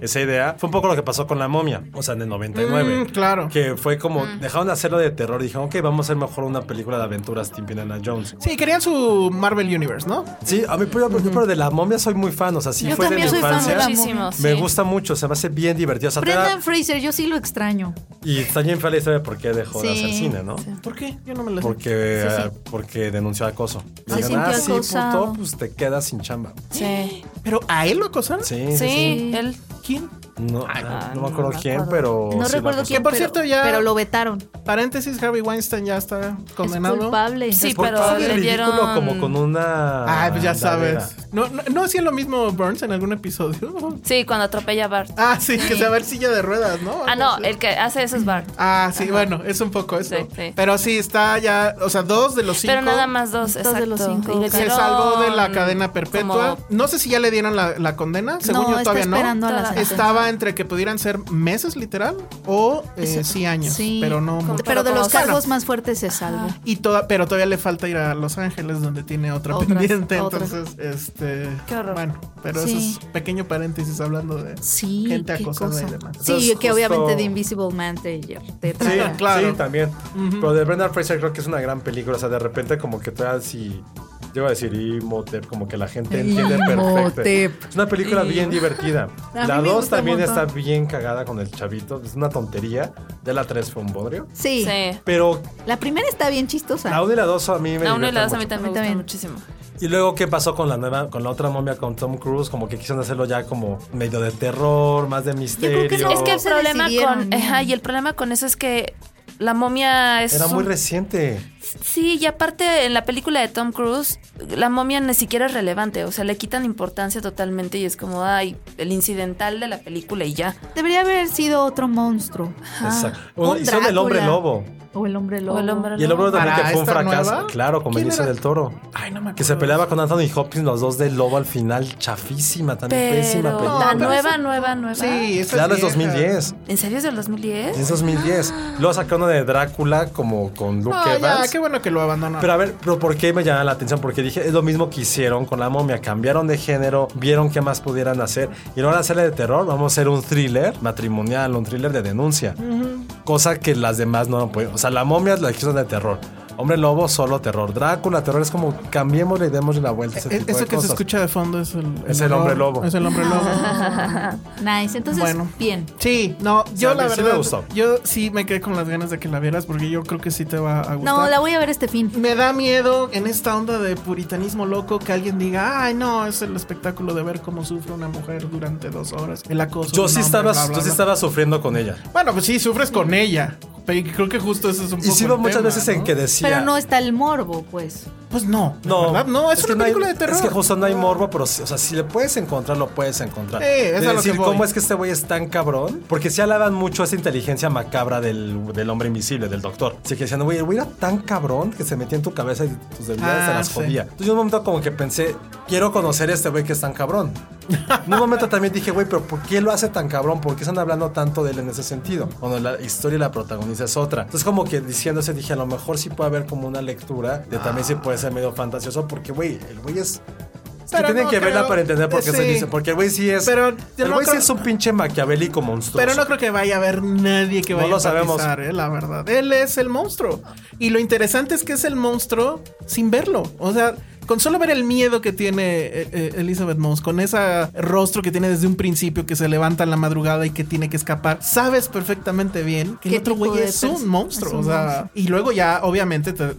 S3: esa idea, fue un poco lo que pasó con la momia, o sea, en el 99.
S5: Mm, claro.
S3: Que fue como,
S4: Mm.
S3: dejaron de hacerlo de terror, dijeron, ok, vamos a hacer mejor una película de aventuras tipo Indiana Jones.
S5: Sí, querían su Marvel Universe, ¿no?
S3: Sí, a mí, pero, pero de la momia soy muy fan, o sea, sí
S4: Yo
S3: fue de mi
S4: también soy fan de
S3: infancia.
S4: la
S6: Muchísimo, sí.
S3: Me gusta mucho, se me hace bien divertido. O sea, te da-
S4: Brendan Fraser, yo sí lo extraño.
S3: y está bien fea la historia de por qué dejó de
S4: Sí,
S3: hacer cine, ¿no?
S5: ¿Por qué? Yo no me lo sé.
S3: Porque, eh, porque denunció acoso.
S4: Se
S3: Dijeron,
S4: sintió
S3: "Ah, sí,
S4: acosado". Ah,
S3: puto, pues te quedas sin chamba.
S6: Sí.
S5: ¿Pero a él lo acosaron?
S3: Sí,
S6: Sí,
S3: sí, sí.
S6: él.
S5: ¿Quién?
S3: No, ah, no me acuerdo
S6: no me
S3: quién,
S6: acuerdo.
S3: pero.
S4: No
S3: sí la
S4: recuerdo
S3: acosó.
S4: quién,
S5: Que por
S4: pero,
S5: cierto, ya-
S4: pero lo vetaron.
S5: Paréntesis, Harvey Weinstein ya está
S4: Es
S5: condenado.
S4: culpable.
S6: Sí,
S3: Es culpable,
S6: pero le
S3: ridículo,
S6: dieron-
S3: como con una.
S5: Ay, pues ya
S3: Ah, andadera.
S5: sabes. ¿No, no, no hacía lo mismo Burns en algún episodio?
S6: Sí, cuando atropella a Bart.
S5: ah, sí, que se va en silla de ruedas, ¿no?
S6: Ah, no,
S5: Algo así.
S6: el que hace eso es Bart.
S5: Ah, sí, bueno, es un poco eso.
S6: Sí, sí.
S5: Pero sí, está ya, o sea, dos de los cinco.
S6: Pero nada más dos,
S4: Dos de los
S6: exacto.
S4: cinco.
S6: Y le
S5: Se
S6: dieron
S5: salvó de la cadena perpetua.
S6: como-
S5: No sé si ya le dieron la, la condena. Según
S4: no,
S5: yo todavía
S4: está esperando
S5: no.
S4: a la
S6: Todas.
S4: sentencia.
S5: Estaba entre que pudieran ser meses literal o eh, sí años,
S4: Sí.
S5: pero no.
S6: Como-
S5: mucho.
S4: Pero de los
S6: Bueno.
S4: cargos más fuertes se salva.
S5: Y toda, pero todavía le falta ir a Los Ángeles donde tiene otra
S4: Otras,
S5: pendiente.
S4: otras.
S5: Entonces, este,
S6: Qué horror.
S5: bueno, pero
S4: Sí.
S5: eso es pequeño paréntesis hablando de
S4: Sí,
S5: gente
S4: qué
S5: acosada
S4: cosa.
S5: y demás.
S4: Sí,
S3: Entonces,
S4: que
S3: justo-
S4: obviamente de Invisible Man te, te
S3: Sí,
S4: traga.
S5: claro.
S3: sí, también. Pero de Brendan Fraser creo que es una gran película. O sea, de repente, como que todavía si. Yo iba a decir Imhotep, como que la gente entiende perfecto.
S4: Imhotep.
S3: Es una película bien divertida.
S4: A
S3: La
S4: mí me
S3: 2
S4: gusta un
S3: también
S4: montón.
S3: está bien cagada con el chavito. Es una tontería. Ya la 3 fue un bodrio.
S4: Sí.
S6: Sí.
S3: Pero
S4: La primera está bien chistosa.
S3: la 1 y la 2 a mí me
S6: La uno y
S3: divierten
S6: la dos a
S3: mucho.
S6: mí también me
S4: A mí
S6: gustan muchísimo.
S3: Y luego, ¿qué pasó con la nueva, con la otra momia con Tom Cruise? Como que quisieron hacerlo ya como medio de terror, más de misterio.
S4: creo que no-
S6: Es que el
S4: se
S6: problema
S4: decidieron,
S6: con.
S4: ¿no?
S6: Ajá, y el problema con eso es que la momia es.
S3: Era muy
S6: un-
S3: reciente.
S6: Sí, y aparte en la película de Tom Cruise, la momia ni siquiera es relevante. O sea, le quitan importancia totalmente y es como, ay, el incidental de la película y ya.
S4: Debería haber sido otro monstruo.
S3: Exacto.
S4: Un
S3: Bueno, hicieron el
S4: Drácula.
S3: hombre lobo.
S4: O el hombre lobo.
S6: O el hombre
S3: Y el hombre lobo también
S5: ¿Para
S3: que fue un
S5: esta
S3: fracaso.
S5: nueva?
S3: Claro, con
S5: ¿Quién
S3: Benicio
S5: era?
S3: del Toro.
S5: Ay, no me acuerdo.
S3: Que se peleaba con Anthony Hopkins, los dos del lobo al final. Chafísima, también pésima
S6: Pero
S3: película.
S6: la nueva, nueva, nueva.
S5: Sí, esa
S3: Claro, es
S5: vieja.
S3: 2010.
S6: ¿En serio es del
S3: Es
S6: 2010?
S3: 2010.
S6: Ah.
S3: Luego sacaron una de Drácula como con Luke
S5: Ah, ya,
S3: Evans.
S5: qué bueno que lo abandonó.
S3: Pero a ver, pero ¿por qué me llama la atención? Porque dije, es lo mismo que hicieron con la momia. Cambiaron de género, vieron qué más pudieran hacer. Y no van a hacerle de terror, vamos a hacer un thriller matrimonial, un thriller de denuncia. Cosa que las demás no han podido. O sea, la momia es la hicieron de terror. Hombre lobo, solo terror. Drácula, terror. Es como cambiémosle y démosle la vuelta. a Ese
S5: E-
S3: tipo
S5: Eso
S3: de
S5: que
S3: cosas.
S5: se escucha de fondo es el,
S3: Es el hombre
S5: horror,
S3: lobo.
S5: Es el hombre lobo.
S4: Nice. Entonces,
S5: Bueno.
S4: bien.
S5: Sí, no, yo
S3: a mí
S5: la
S3: sí me
S5: verdad.
S3: gustó.
S5: Yo sí me quedé con las ganas de que la vieras porque yo creo que sí te va a gustar.
S4: No, la voy a ver este fin.
S5: Me da miedo en esta onda de puritanismo loco que alguien diga, ay, no, es el espectáculo de ver cómo sufre una mujer durante dos horas. El acoso. de
S3: Yo
S5: un
S3: sí,
S5: hombre,
S3: estaba,
S5: bla, bla,
S3: yo sí
S5: bla".
S3: estaba sufriendo con ella.
S5: Bueno, pues sí, sufres con ella. Pero creo que justo eso es un
S3: Y
S5: poco.
S3: sí,
S5: el
S3: hubo muchas
S5: tema,
S3: veces en
S5: ¿no?
S3: que decía.
S4: Pero no está el morbo, pues.
S5: Pues no. No,
S3: No,
S5: ¿verdad? no es,
S3: que
S5: una
S3: no hay-
S5: película de terror.
S3: Es que justo no hay morbo, pero sí, o sea, si le puedes encontrar, lo puedes encontrar.
S5: Sí, es a
S3: De
S5: lo que
S3: decir,
S5: voy.
S3: ¿cómo es que este güey es tan cabrón? Porque sí alaban mucho esa inteligencia macabra del, del hombre invisible, del doctor. Así que decían, güey, el güey era tan cabrón que se metía en tu cabeza y tus debilidades
S5: Ah,
S3: se las
S5: sí.
S3: jodía. Entonces, yo en un momento como que pensé, quiero conocer a este güey que es tan cabrón. en un momento también dije, güey, pero ¿por qué lo hace tan cabrón? ¿Por qué están hablando tanto de él en ese sentido? Cuando la historia y la protagonista es otra. Entonces, como que diciéndose, dije, a
S5: Ah.
S3: lo mejor sí puede haber como una lectura de también si puede ser medio fantasioso, porque, güey, el güey es Es que tienen
S5: no
S3: que verla
S5: creo-
S3: para entender por qué se
S5: sí.
S3: dice. Porque el güey sí es.
S5: Pero
S3: el
S5: yo
S3: güey
S5: no
S3: sí
S5: creo-
S3: es un pinche maquiavélico monstruoso.
S5: Pero no creo que vaya a haber nadie que
S3: No
S5: vaya
S3: lo
S5: a
S3: sabemos.
S5: empatizar, eh, la verdad. Él es el monstruo. Y lo interesante es que es el monstruo sin verlo. O sea, con solo ver el miedo que tiene eh, eh, Elizabeth Moss, con ese rostro que tiene desde un principio que se levanta en la madrugada y que tiene que escapar, sabes perfectamente bien que el
S4: ¿Qué
S5: otro
S4: tipo
S5: güey
S4: de
S5: es un
S4: perso-
S5: monstruo.
S4: es un
S5: o sea,
S4: monstruo?
S5: y luego ya, obviamente, te- eh,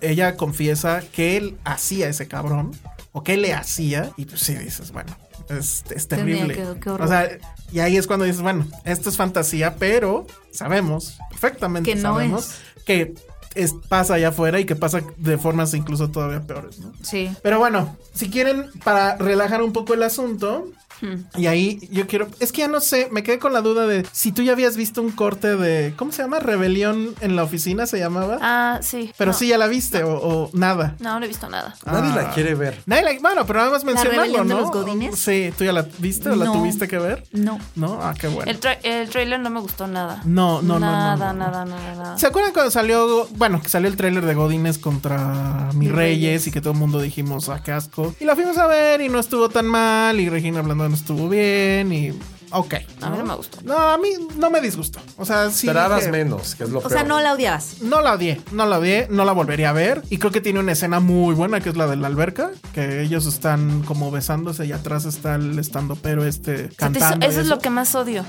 S5: ella confiesa que él hacía ese cabrón o que le hacía. Y pues sí dices, bueno, es, es
S4: Tendría
S5: terrible.
S4: que- qué horror.
S5: o sea, y ahí es cuando dices, bueno, esto es fantasía, pero sabemos perfectamente
S4: Que no
S5: sabemos que es, pasa allá afuera y que pasa de formas incluso todavía peores, ¿no?
S4: Sí.
S5: Pero bueno, si quieren, para relajar un poco el asunto,
S6: Hmm.
S5: y ahí yo quiero. Es que ya no sé, me quedé con la duda de si tú ya habías visto un corte de. ¿Cómo se llama? ¿Rebelión en la oficina se llamaba?
S6: Ah, sí.
S5: pero
S6: no,
S5: sí ya la viste o, o nada.
S6: No, no he visto nada.
S3: Nadie
S5: Ah.
S3: la quiere ver.
S5: Nadie la- bueno, pero nada más mencionarlo,
S4: rebelión de
S5: ¿no?
S4: los godines?
S5: Sí, ¿tú ya la viste o la
S4: No.
S5: tuviste que ver?
S4: No.
S5: No, ah, qué bueno.
S6: El, tra- el trailer no me gustó nada.
S5: No, no, no, no,
S6: Nada,
S5: no, no.
S6: nada, nada, nada.
S5: ¿Se acuerdan cuando salió, bueno, que salió el tráiler de Godines contra Mi Reyes y que todo el mundo dijimos a casco? Y la fuimos a ver y no estuvo tan mal y Regina Blandón estuvo bien y... Ok.
S6: A mí no me gustó.
S5: No, a mí no me disgustó. O sea, sí...
S3: Esperabas
S5: dije-
S3: menos, que es lo
S4: O
S3: peor.
S4: sea, no la odiabas.
S5: No la odié, no la odié, no la volvería a ver. Y creo que tiene una escena muy buena que es la de la alberca, que ellos están como besándose y atrás está el estando pero
S6: Se te
S5: este
S6: hizo-
S5: cantando. y
S6: eso es lo
S5: eso.
S6: que más odio.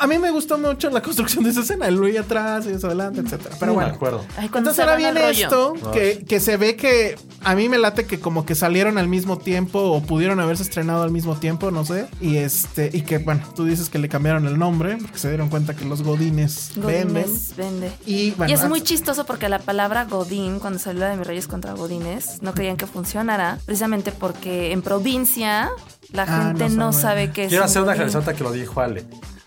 S5: A mí me gustó mucho la construcción de esa escena, el Luis atrás y ellos adelante, etcétera. Pero
S3: Sí,
S5: bueno,
S3: me acuerdo.
S6: Ay, cuando
S5: entonces
S6: se
S5: ahora
S6: van al
S5: viene
S6: rollo.
S5: esto
S3: Ah.
S5: que, que se ve que a mí me late que como que salieron al mismo tiempo o pudieron haberse estrenado al mismo tiempo, no sé. Y este, y que bueno, tú dices que le cambiaron el nombre porque se dieron cuenta que los godines, venden.
S6: Godines vende.
S5: Y, bueno, ah,
S6: Y es muy
S5: antes-
S6: chistoso porque la palabra Godín, cuando salió la de Mis Reyes contra Godines, no creían que funcionara, precisamente porque en provincia la
S5: Ah,
S6: gente
S5: no
S6: no
S5: saben.
S6: sabe qué es.
S3: Quiero hacer una
S6: canción
S3: calzota que lo dijo Ale.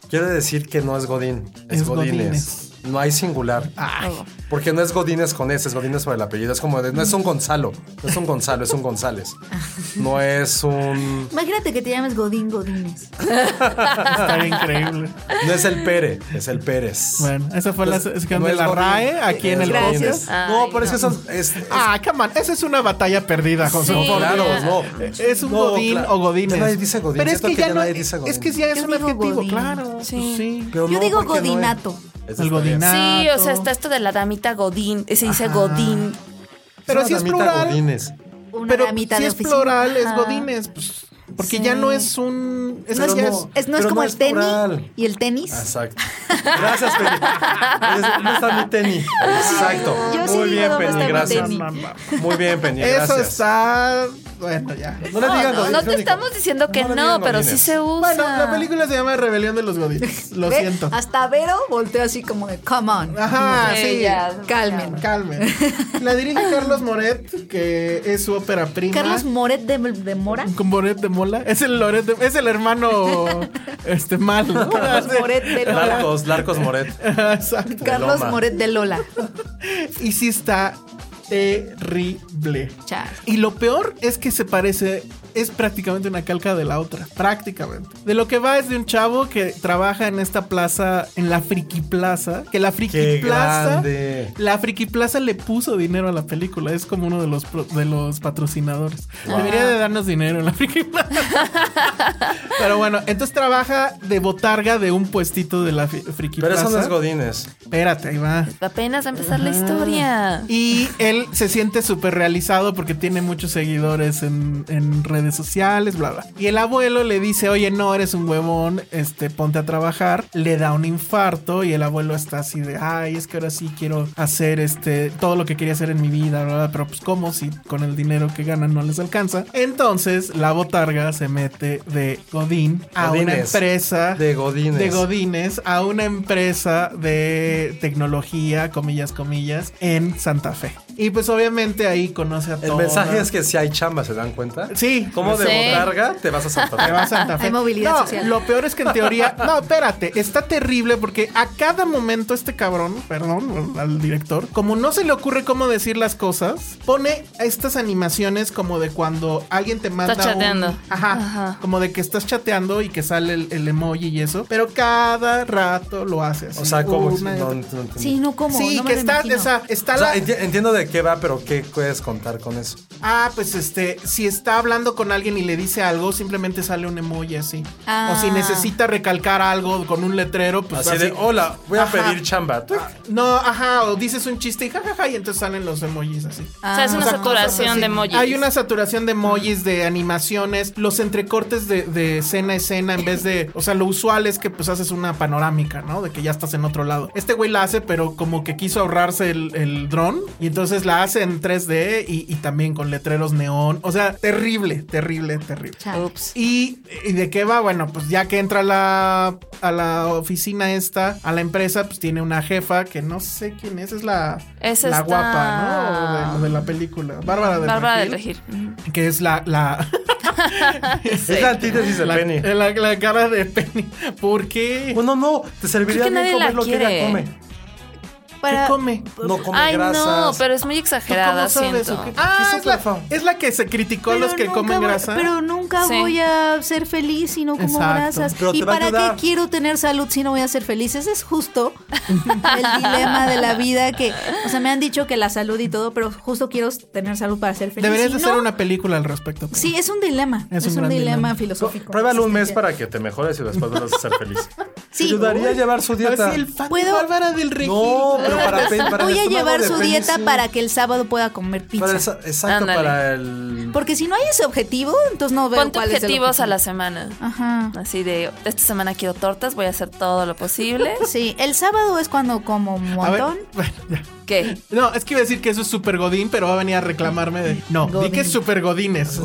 S3: Quiero decir que no es Godín, es,
S5: Es Ah.
S3: Godínez. No hay singular.
S5: Ay,
S3: Porque no es Godínez con ese, es Godínez por el apellido. Es como, de- no es un Gonzalo, no es un Gonzalo, es un González. No es un,
S4: Imagínate que te llames Godín Godínez.
S5: está increíble.
S3: no es el Pere, es el Pérez.
S5: Bueno, esa fue la sección
S3: No
S5: de
S3: es
S5: la
S3: Godín,
S5: RAE aquí en
S3: es
S5: el
S3: Godínez.
S5: podcast.
S3: No, pero es que eso es, es-
S5: Ah, come on, esa es una batalla perdida, José.
S6: Sí.
S5: Por
S3: Claro,
S5: Dios.
S3: no.
S5: Es un
S3: No,
S5: godín
S3: claro.
S5: o godines.
S3: Ya nadie dice godín,
S5: Pero es
S3: siento
S5: que,
S3: que
S5: ya
S3: ya
S5: no,
S3: nadie dice godín.
S5: es que ya es
S4: Yo
S5: un
S4: digo
S5: adjetivo,
S4: godín.
S5: claro.
S6: Sí.
S5: Sí.
S3: pero
S4: Yo
S3: no,
S4: digo
S3: porque no es.
S4: Godinato.
S3: Eso
S5: El
S3: está bien.
S5: eh. godinato.
S6: Sí, o sea, está esto de la damita Godín, se dice Godín.
S5: Pero
S3: Una
S5: si es
S3: damita
S5: plural.
S3: Godínez.
S4: Una
S5: Pero
S4: damita
S5: si
S4: de
S5: es
S4: oficina.
S5: plural, es
S6: Ajá.
S5: godines. Pues, porque
S6: Sí.
S5: ya no es un. Es
S4: No
S5: que
S4: es,
S5: ya
S3: no.
S5: es- Ah,
S4: es- no es
S3: Pero
S4: como
S3: no
S4: el
S3: es
S4: tenis
S3: plural.
S4: y el tenis.
S3: Exacto. Gracias, Penny. Es- No está mi tenis. Exacto.
S4: Yo sí
S3: Muy
S4: digo
S3: bien,
S4: dónde
S3: Penny.
S4: está mi
S3: Gracias.
S4: tenis.
S3: Muy bien, Penny.
S5: Eso
S3: Gracias.
S5: está. Bueno, ya.
S3: No le digan
S6: No,
S3: godín,
S6: no te
S3: Federico.
S6: estamos diciendo que
S3: No
S6: no,
S3: le digan
S6: pero sí
S3: godines.
S6: se usa.
S5: Bueno, la película se llama Rebelión de los Godines. Lo
S4: ¿Ve?
S5: siento.
S4: Hasta Vero volteó así como de, come on.
S5: Ajá,
S6: Sí,
S5: sí.
S6: ya.
S4: Calmen.
S5: Calmen. La dirige Carlos Moret, que es su ópera prima.
S4: Carlos Moret de, de Mora.
S5: Con Moret de Mola. Es el Loret de- es el hermano este malo. ¿no?
S4: Carlos Moret de Lola.
S3: Larcos, Larcos Moret.
S5: Exacto.
S4: Carlos
S3: Loma.
S4: Moret de Lola.
S5: Y sí está terrible.
S4: Chale.
S5: Y lo peor es que se parece, es prácticamente una calca de la otra, prácticamente. De lo que va es de un chavo que trabaja en esta plaza, en la Friki Plaza, que la Friki
S3: Qué
S5: Plaza,
S3: grande.
S5: la Friki Plaza le puso dinero a la película, es como uno de los pro- de los patrocinadores. Debería de darnos dinero en la Friki Plaza. Pero bueno, entonces trabaja de botarga de un puestito de la fi- Friki
S3: Pero
S5: Plaza.
S3: eso no es Godínez.
S5: Espérate, ahí va.
S6: Apenas va a empezar la historia.
S5: Y él se siente súper realizado porque tiene muchos seguidores en, en redes sociales, bla, bla. Y el abuelo le dice, oye, no, eres un huevón, este, ponte a trabajar. Le da un infarto y el abuelo está así de, ay, es que ahora sí quiero hacer este, todo lo que quería hacer en mi vida, bla, bla. Pero pues, ¿cómo si con el dinero que ganan no les alcanza? Entonces, la botarga se mete de Godín a una
S3: Godínez.
S5: empresa
S3: De Godínez.
S5: de Godínez a una empresa de tecnología, comillas, comillas, en Santa Fe. Y pues obviamente ahí conoce a
S3: El
S5: todos.
S3: mensaje es que si hay chamba, ¿se dan cuenta?
S5: Sí.
S3: Como de
S6: Sí.
S3: botarga te vas a Santa
S5: Te va a
S3: Fe?
S5: Santa Fe.
S4: Hay movilidad
S5: No,
S4: social.
S5: Lo peor es que en teoría. No, espérate. Está terrible porque a cada momento este cabrón, perdón, al director, como no se le ocurre cómo decir las cosas, pone estas animaciones como de cuando alguien te manda.
S6: Estás
S5: un-
S6: chateando.
S5: ajá,
S6: Ajá.
S5: Como de que estás chateando y que sale el, el emoji y eso. Pero cada rato lo haces.
S3: O sea, como.
S5: Una y
S3: no,
S5: otra.
S3: no entendí.
S4: Sí, no como.
S5: Sí,
S4: no me
S5: que
S4: lo
S5: está,
S4: imagino.
S5: o sea, está
S3: O
S5: la.
S3: sea, enti- entiendo de qué va, pero ¿qué puedes contar con eso?
S5: Ah, pues este, si está hablando con alguien y le dice algo, simplemente sale un emoji así.
S4: Ah.
S5: O si necesita recalcar algo con un letrero, pues
S3: Así
S5: así.
S3: de, hola, voy a
S5: Ajá.
S3: pedir
S7: Ah,
S3: chamba. Tuic.
S5: No, ajá, o dices un chiste y jajaja, y entonces salen los emojis así.
S4: Ah.
S7: o sea, es una
S5: O sea,
S7: saturación
S5: cosas así.
S7: de emojis.
S5: Hay una saturación de emojis, de animaciones, los entrecortes de, de escena a escena en vez de. O sea, lo usual es que pues haces una panorámica, ¿no? De que ya estás en otro lado. Este güey la hace, pero como que quiso ahorrarse el, el dron y entonces la hace en 3D y, y también con letreros neón. O sea, terrible, terrible, terrible.
S4: Chale.
S5: ¿Y, y de qué va? Bueno, pues ya que entra a la, a la oficina esta, a la empresa, pues tiene una jefa que no sé quién es, es la,
S7: Es
S5: la
S7: esta-
S5: guapa, ¿no? O de, o de la película. Bárbara del
S7: Bárbara del
S5: Regil,
S7: Regir.
S5: Que es la... la
S3: Es la antítesis de
S5: la,
S3: Penny.
S5: la- la cara de Penny. ¿Por qué?
S3: Bueno, no, te serviría
S7: Creo que
S3: bien
S7: nadie
S3: comer
S7: la
S3: lo que ella
S7: quiere. Pues,
S3: come.
S5: ¿Qué
S4: Para-
S5: come?
S3: No come
S7: Ay,
S3: grasas.
S7: no, pero es muy
S5: ¿Tú cómo
S7: exagerada,
S5: sabes?
S7: siento.
S5: o qué?
S3: ¿Qué
S5: Ah,
S3: hizo
S5: es la,
S3: Rafa?
S5: es la que se criticó a los que
S4: nunca
S5: comen
S4: voy-
S5: grasa.
S4: Pero nunca
S7: Sí.
S4: voy a ser feliz si no como
S5: Exacto.
S4: grasas.
S3: Pero
S4: ¿Y
S3: te va a
S4: para
S3: ayudar.
S4: qué quiero tener salud si no voy a ser feliz? Ese es justo el dilema de la vida que, o sea, me han dicho que la salud y todo, pero justo quiero tener salud para ser feliz.
S5: Deberías
S4: Si
S5: de
S4: no-
S5: hacer una película al respecto. Penny.
S4: Sí, es un dilema.
S5: Es
S4: Es,
S5: un
S4: un,
S5: gran
S4: dilema,
S5: dilema.
S4: filosófico.
S3: Pruébalo un mes
S4: existencial.
S3: para que te mejores y después vas a ser feliz.
S4: Sí.
S3: Te ayudaría a llevar su
S5: A ver
S3: dieta.
S5: si el fan de
S4: ¿Puedo?
S5: Bárbara del Regil.
S3: No, pero para, pe- para el
S4: Voy a
S3: estómago
S4: llevar
S3: de
S4: su
S3: Penny,
S4: dieta
S3: sí.
S4: para que el sábado pueda comer pizza.
S3: Para el sa- exacto,
S7: Ándale.
S3: para el.
S4: Porque si no hay ese objetivo, entonces no veo
S7: Ponte
S4: cuál es el
S7: objetivos a la
S4: objetivo.
S7: semana.
S4: Ajá.
S7: Así de, esta semana quiero tortas, voy a hacer todo lo posible.
S4: Sí, el sábado es cuando como un
S5: A ver,
S4: montón.
S5: bueno, ya.
S7: ¿Qué?
S5: No, es que iba a decir que eso es super godín, pero va a venir a reclamarme de... No, di que es super godines.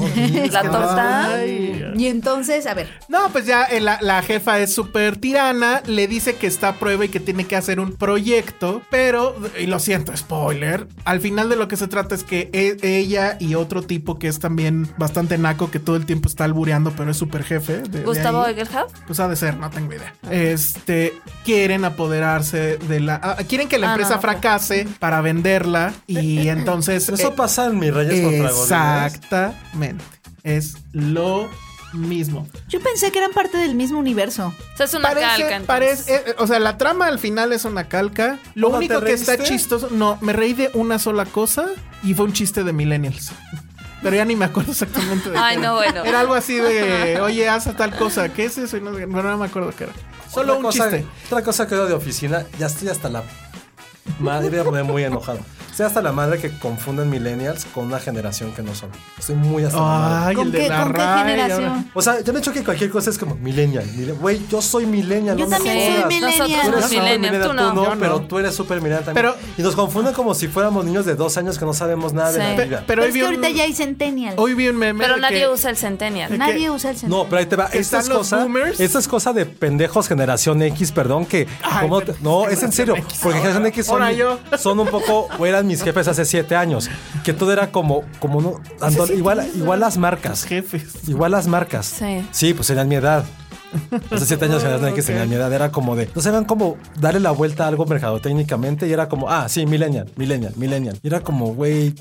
S7: La torta.
S4: Y entonces, a ver,
S5: No, pues ya eh, la, la jefa es súper tirana, le dice que está a prueba y que tiene que hacer un proyecto, pero, y lo siento, spoiler, al final de lo que se trata es que e- ella y otro tipo que es también bastante naco, que todo el tiempo está albureando, pero es súper jefe. de- de
S7: Gustavo
S5: ahí.
S7: Egelhaf.
S5: Pues ha de ser, no tengo idea. Este, quieren apoderarse de la... ah, quieren que la
S7: Ah,
S5: empresa
S7: no, ok.
S5: fracase para venderla y entonces...
S3: Eso
S5: eh,
S3: pasa en mis reyes contra Godines.
S5: Exactamente. Es lo mismo.
S4: yo pensé que eran parte del mismo universo.
S7: O sea, es una
S5: Parece-
S7: calca. entonces.
S5: parece- eh, eh, o sea, la trama al final es una calca. Lo
S3: ¿No te
S5: único que está
S3: reíste?
S5: chistoso, no, me reí de una sola cosa y fue un chiste de millennials. Pero ya ni me acuerdo exactamente de qué
S7: Ay,
S5: era.
S7: no, bueno.
S5: Era algo así de, oye, haz tal cosa, ¿qué es eso? Y no, sé qué. Bueno, no me acuerdo qué era. Solo
S3: Otra
S5: un
S3: cosa-
S5: chiste.
S3: Otra cosa que veo de oficina, ya estoy hasta la madre, voy a poner muy enojado. Estoy hasta la madre que confunden millennials con una generación que no son. Estoy muy hasta la madre.
S5: Ay,
S4: ¿Con
S5: el de
S4: qué-
S5: la
S4: con qué
S5: RAE,
S4: generación?
S5: ahora.
S3: O sea, yo me hecho que cualquier cosa es como millennial. millennial. Güey, yo soy millennial.
S4: Yo
S3: no me
S4: también soy
S3: jodas.
S7: Sí,
S4: millennial.
S3: Tú
S7: Nosotros
S3: eres
S7: somos millennials, tú no.
S5: Yo no.
S3: pero tú eres súper millennial también.
S5: Pero-
S3: y nos confunden como si fuéramos niños de dos años que no sabemos nada de
S7: Sí.
S3: la
S5: Pe-
S3: vida.
S5: Pero
S4: Pero
S5: hoy
S4: es
S5: vi
S4: que
S5: un,
S4: ahorita ya hay centennial.
S5: hoy vi un meme.
S7: Pero
S5: de
S7: nadie
S5: que-
S7: usa el Centennial.
S4: Nadie
S5: que-
S4: usa el centennial.
S3: No, pero ahí te va.
S5: Que
S3: Esta es,
S5: están los
S3: cosa,
S5: boomers.
S3: esta es cosa de pendejos generación X, perdón, que...
S5: Ay,
S3: ¿cómo te- no, es
S5: generación
S3: en serio.
S5: X,
S3: porque
S5: ahora-
S3: generación X son,
S5: ahora yo.
S3: son un poco... o eran mis jefes hace siete años. Que todo era como... como no, Antonio, igual, igual las marcas.
S5: Jefes.
S3: Igual las marcas.
S7: Sí.
S3: pues eran mi edad. Hace siete años generación X tenía mi edad. Era como de... No sabían cómo darle la vuelta a algo mercadotécnicamente. Y era como... Ah, sí, millennial, millennial, millennial. Y era como, güey...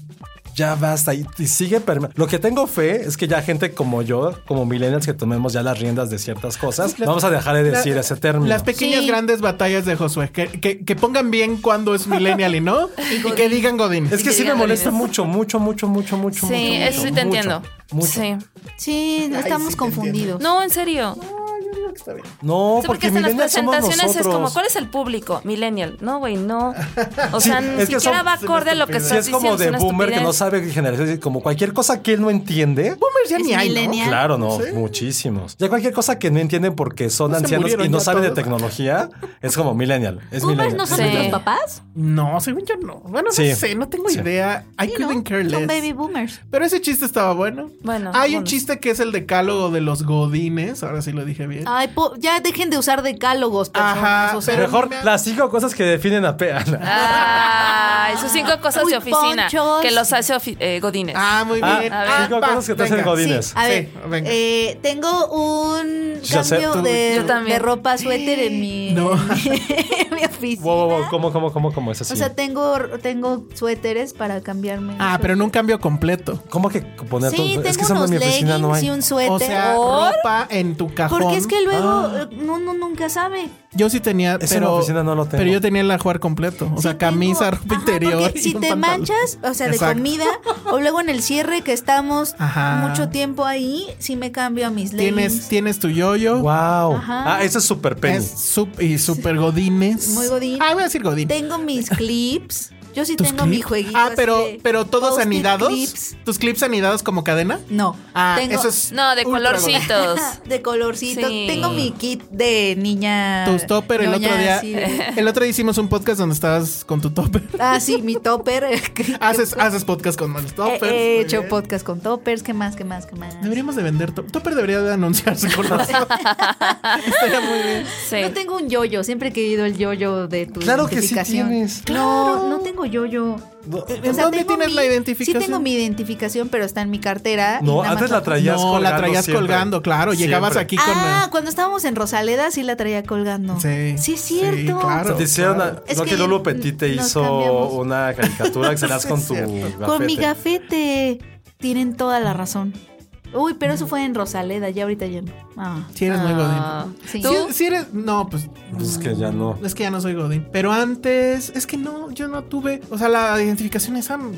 S3: Ya basta y, y sigue perme- Lo que tengo fe es que ya gente como yo, como millennials que tomemos ya las riendas de ciertas cosas, vamos a dejar de decir
S5: La-
S3: ese término.
S5: Las pequeñas
S4: Sí.
S5: grandes batallas de Josué. Que, que- que pongan bien cuando es millennial y no. y que digan Godín.
S3: es que sí me
S7: digan
S3: molesta
S7: godines.
S3: mucho, mucho, mucho, mucho, mucho, mucho.
S7: Sí, eso sí
S3: mucho,
S7: te
S3: mucho,
S7: entiendo.
S3: mucho.
S7: Sí.
S4: Sí, estamos confundidos.
S7: No, en serio.
S3: No,
S7: Sí, porque
S3: porque,
S7: hasta en las
S3: millennials somos
S7: presentaciones es como,
S3: nosotros.
S7: ¿cuál es el público? Millennial. No, güey, no. O sea,
S3: Sí,
S7: ni
S3: es que
S7: siquiera
S3: son-
S7: va
S3: es una
S7: acorde a lo que
S3: Si
S7: estás
S3: es como
S7: diciendo.
S3: de
S7: una
S3: boomer que no
S7: estupidez.
S3: sabe qué generación, es como cualquier cosa que él no entiende.
S5: Boomers ya
S4: Es
S5: ni hay, ¿no?
S4: millennial.
S3: Claro, no, muchísimos. Ya cualquier cosa que no entienden porque son
S5: se
S3: ancianos
S5: murieron
S3: y no
S5: ya
S3: saben de
S5: todos?
S3: tecnología, es como millennial. Es
S4: ¿Boomers
S3: millennial.
S4: no son
S7: Sí.
S4: nuestros papás?
S5: No, según yo no. Bueno,
S3: Sí.
S5: no sé, no tengo
S3: Sí.
S5: idea. I
S4: Sí,
S5: couldn't
S4: ¿no?
S5: care less.
S4: Son baby boomers.
S5: Pero ese chiste estaba bueno.
S7: Bueno,
S5: Hay un
S7: bueno.
S5: chiste que es el decálogo de los godines. Ahora sí lo dije bien.
S4: Ay, po- ya dejen de usar decálogos, personas.
S5: Ajá,
S4: o sea,
S5: pero-
S3: Mejor las cinco cosas que definen a Peana.
S4: Ah,
S7: Ay, sus cinco cosas
S4: Uy,
S7: de oficina
S4: ponchos.
S7: que los hace ofi- eh, Godínez.
S5: Ah, muy
S3: Ah,
S5: bien.
S3: a ver.
S5: Ah,
S3: Cinco
S5: va,
S3: cosas que te hacen
S5: venga.
S3: godín.
S4: Sí, a
S5: Sí,
S4: ver,
S5: venga.
S4: eh, tengo un
S3: Ya sé,
S4: cambio
S3: tú-
S4: de,
S7: Yo también.
S4: de ropa suéter en mi,
S5: No.
S4: en mi- en mi oficina.
S3: Wow, wow, wow, ¿cómo, cómo, cómo, cómo es así?
S4: O sea, tengo, tengo suéteres para cambiarme.
S5: Ah, pero en un cambio completo.
S3: ¿Cómo que poner
S4: Sí,
S3: todo?
S4: tengo
S3: Es que son de
S4: unos
S3: mi oficina,
S4: leggings
S3: no
S4: y
S3: hay.
S4: un suéter.
S5: O sea,
S4: ¿Por?
S5: ropa en tu cajón. Ah.
S4: Porque es que luego eh, no, no nunca sabe.
S5: Yo sí tenía,
S3: Eso en
S5: pero
S3: la oficina no lo tengo.
S5: pero yo tenía el ajuar completo, o sea,
S4: Sí tengo-
S5: camisa, ropa
S4: Ajá,
S5: interior. vibrador
S4: te,
S5: y
S4: si
S5: un
S4: te
S5: pantalón.
S4: manchas, o sea,
S5: Exacto.
S4: de comida, o luego en el cierre que estamos
S5: Ajá.
S4: mucho tiempo ahí, sí me cambio a mis leggings.
S5: Tienes, tienes tu yoyo.
S3: Wow.
S4: Ajá.
S3: Ah, eso es super penny.
S5: Es sup- y super godines.
S4: Muy godín.
S5: Ah, voy a decir godín.
S4: Tengo mis clips. Yo sí
S5: ¿Tus
S4: tengo mi
S5: clips?
S4: jueguito.
S5: Ah,
S4: así
S5: pero,
S4: de
S5: pero todos
S4: post-it
S5: anidados.
S4: clips.
S5: ¿Tus clips anidados como cadena?
S4: No.
S5: Ah,
S4: Tengo-
S5: eso es.
S7: No, de
S5: ultra godín.
S7: colorcitos.
S4: De colorcitos.
S7: Sí.
S4: Tengo mi kit de niña.
S5: Tus topper el
S4: ñoña,
S5: otro día.
S4: así de-
S5: El otro día hicimos un podcast donde estabas con tu topper.
S4: Ah, sí, mi topper. que-
S5: Haces, haces podcast con los toppers.
S4: He
S5: muy
S4: hecho
S5: bien.
S4: podcast con toppers. ¿Qué más? ¿Qué más? ¿Qué más?
S5: Deberíamos de vender top. Topper debería de anunciarse con los Estaría muy bien.
S7: Sí.
S4: No tengo un yoyo. Siempre he querido el yoyo de tu
S3: Claro que sí
S4: identificación.
S3: tienes.
S4: No, no tengo yoyo.
S5: ¿En dónde
S4: tengo
S5: tienes
S4: mi-
S5: la identificación?
S4: Sí tengo mi identificación, pero está en mi cartera. y
S3: No,
S4: nada
S3: antes
S4: más
S3: la traías
S5: no,
S3: colgando.
S5: la traías
S3: siempre.
S5: colgando, claro. Llegabas
S3: Siempre.
S5: aquí con.
S4: Ah, cuando estábamos en Rosaleda sí la traía colgando.
S5: Sí.
S4: Sí, es cierto.
S5: Sí, claro.
S3: Te hicieron
S5: claro.
S3: a-
S4: Es
S3: no que,
S4: que
S3: Lolo Petit te
S4: nos
S3: hizo
S4: cambiamos.
S3: una caricatura que salías con tu gafete.
S4: Con mi gafete. Tienen toda la razón. Uy, pero
S5: Mm.
S4: eso fue en Rosaleda, ya ahorita ya no. Ah,
S5: Sí, eres muy
S7: Ah.
S5: godín.
S4: sí.
S5: Sí, sí eres. No, pues.
S3: Pues es que ya no.
S5: Es que ya no soy Godín. Pero antes, es que no, yo no tuve. O sea, la identificación esa m-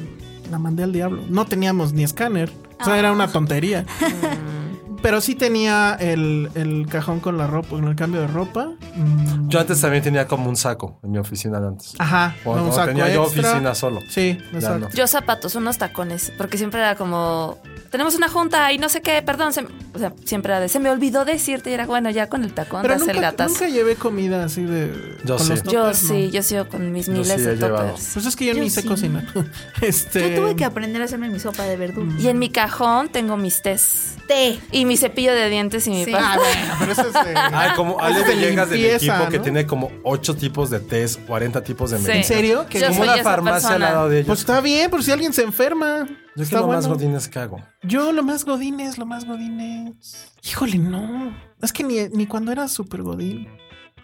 S5: la mandé al diablo. No teníamos ni escáner. O sea, era una tontería. Mm. Pero sí tenía el, el cajón con la ropa, con el cambio de ropa. Mm,
S3: Yo antes también tenía como un saco en mi oficina de antes.
S5: Ajá.
S3: Cuando
S5: Ah, un saco
S3: tenía yo
S5: extra.
S3: oficina solo.
S5: Sí,
S3: Ya
S5: exacto.
S3: no.
S7: Yo zapatos, unos tacones, porque siempre era como, tenemos una junta y no sé qué, perdón, se me- o sea, siempre era de, se me olvidó decirte y era, bueno, ya con el tacón
S5: Pero
S7: das el
S5: nunca,
S7: gatazo.
S5: nunca llevé comida así de.
S3: Yo sí.
S7: yo
S5: toppers, ¿no?
S7: sí, yo sigo con mis
S3: Yo
S7: miles
S3: sí he
S7: de
S3: llevado.
S7: toppers.
S5: Pues es que yo,
S4: Yo
S5: ni sé
S4: sí.
S5: cocinar. este,
S4: Yo tuve que aprender a hacerme mi sopa de verdura.
S7: Y en mi cajón tengo mis tés.
S4: Té.
S7: Y mi cepillo de dientes y mi
S4: Sí.
S7: pasta.
S5: Ah, bueno, pero eso es de.
S3: Ay, como
S5: eso
S3: Ale
S5: es de
S3: Villegas del
S5: limpieza,
S3: equipo que
S5: ¿no?
S3: tiene como ocho tipos de test, 40 tipos de
S7: Sí.
S3: medicinas.
S5: ¿En serio? Que
S7: Yo
S3: Como
S7: soy
S3: una
S7: esa
S3: farmacia
S7: persona.
S3: al lado de ellos.
S5: Pues está bien, por si alguien se enferma.
S3: yo es que
S5: Pues está
S3: lo más
S5: bueno.
S3: godines que hago.
S5: Yo lo más godín es lo más godín es... Híjole, no. Es que ni, ni cuando era súper godín,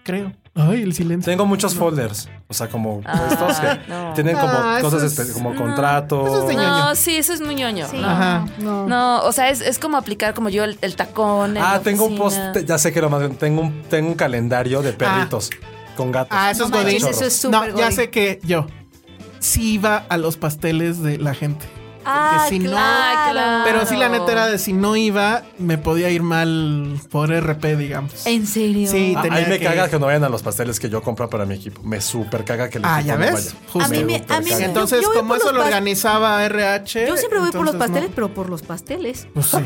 S5: creo. Ay, el silencio.
S3: Tengo muchos folders. O sea, como
S7: Ah,
S3: estos que
S7: no.
S3: tienen como
S5: Ah, eso
S3: cosas
S5: es-
S3: espe- como
S7: no.
S3: contratos.
S5: Eso es de ñoño.
S7: No, sí, eso es muy ñoño.
S4: Sí.
S7: No.
S5: Ajá. No.
S7: No, o sea, es, es como aplicar como yo el, el tacón. en
S3: Ah,
S7: la
S3: tengo un post,
S7: oficina.
S3: ya sé que lo más bien, tengo un, tengo un calendario de perritos con gatos.
S5: Ah, eso
S4: No
S5: es godín.
S4: manches, eso es
S5: no,
S4: súper
S5: ya
S4: godín.
S5: sé que yo sí iba a los pasteles de la gente.
S4: Ah,
S5: si no-
S7: Ah, claro.
S5: Pero sí la neta era de si no iba, me podía ir mal por RP, digamos.
S4: ¿En serio?
S5: Sí,
S3: Ah,
S5: tenía
S3: ahí me
S5: que-
S3: caga que no vayan a los pasteles que yo compro para mi equipo. Me super caga que el
S5: Ah,
S3: equipo
S5: ¿ya
S3: no
S5: ves?
S3: vaya.
S5: Justo.
S4: A mí me- a mí
S3: Yo- yo
S4: me-
S5: Entonces,
S4: voy
S5: como
S4: por
S5: eso
S4: los
S5: lo
S4: pas-
S5: organizaba RH.
S4: Yo siempre voy por los
S5: entonces,
S4: pasteles,
S5: no.
S4: pero por los pasteles.
S5: Pues sí.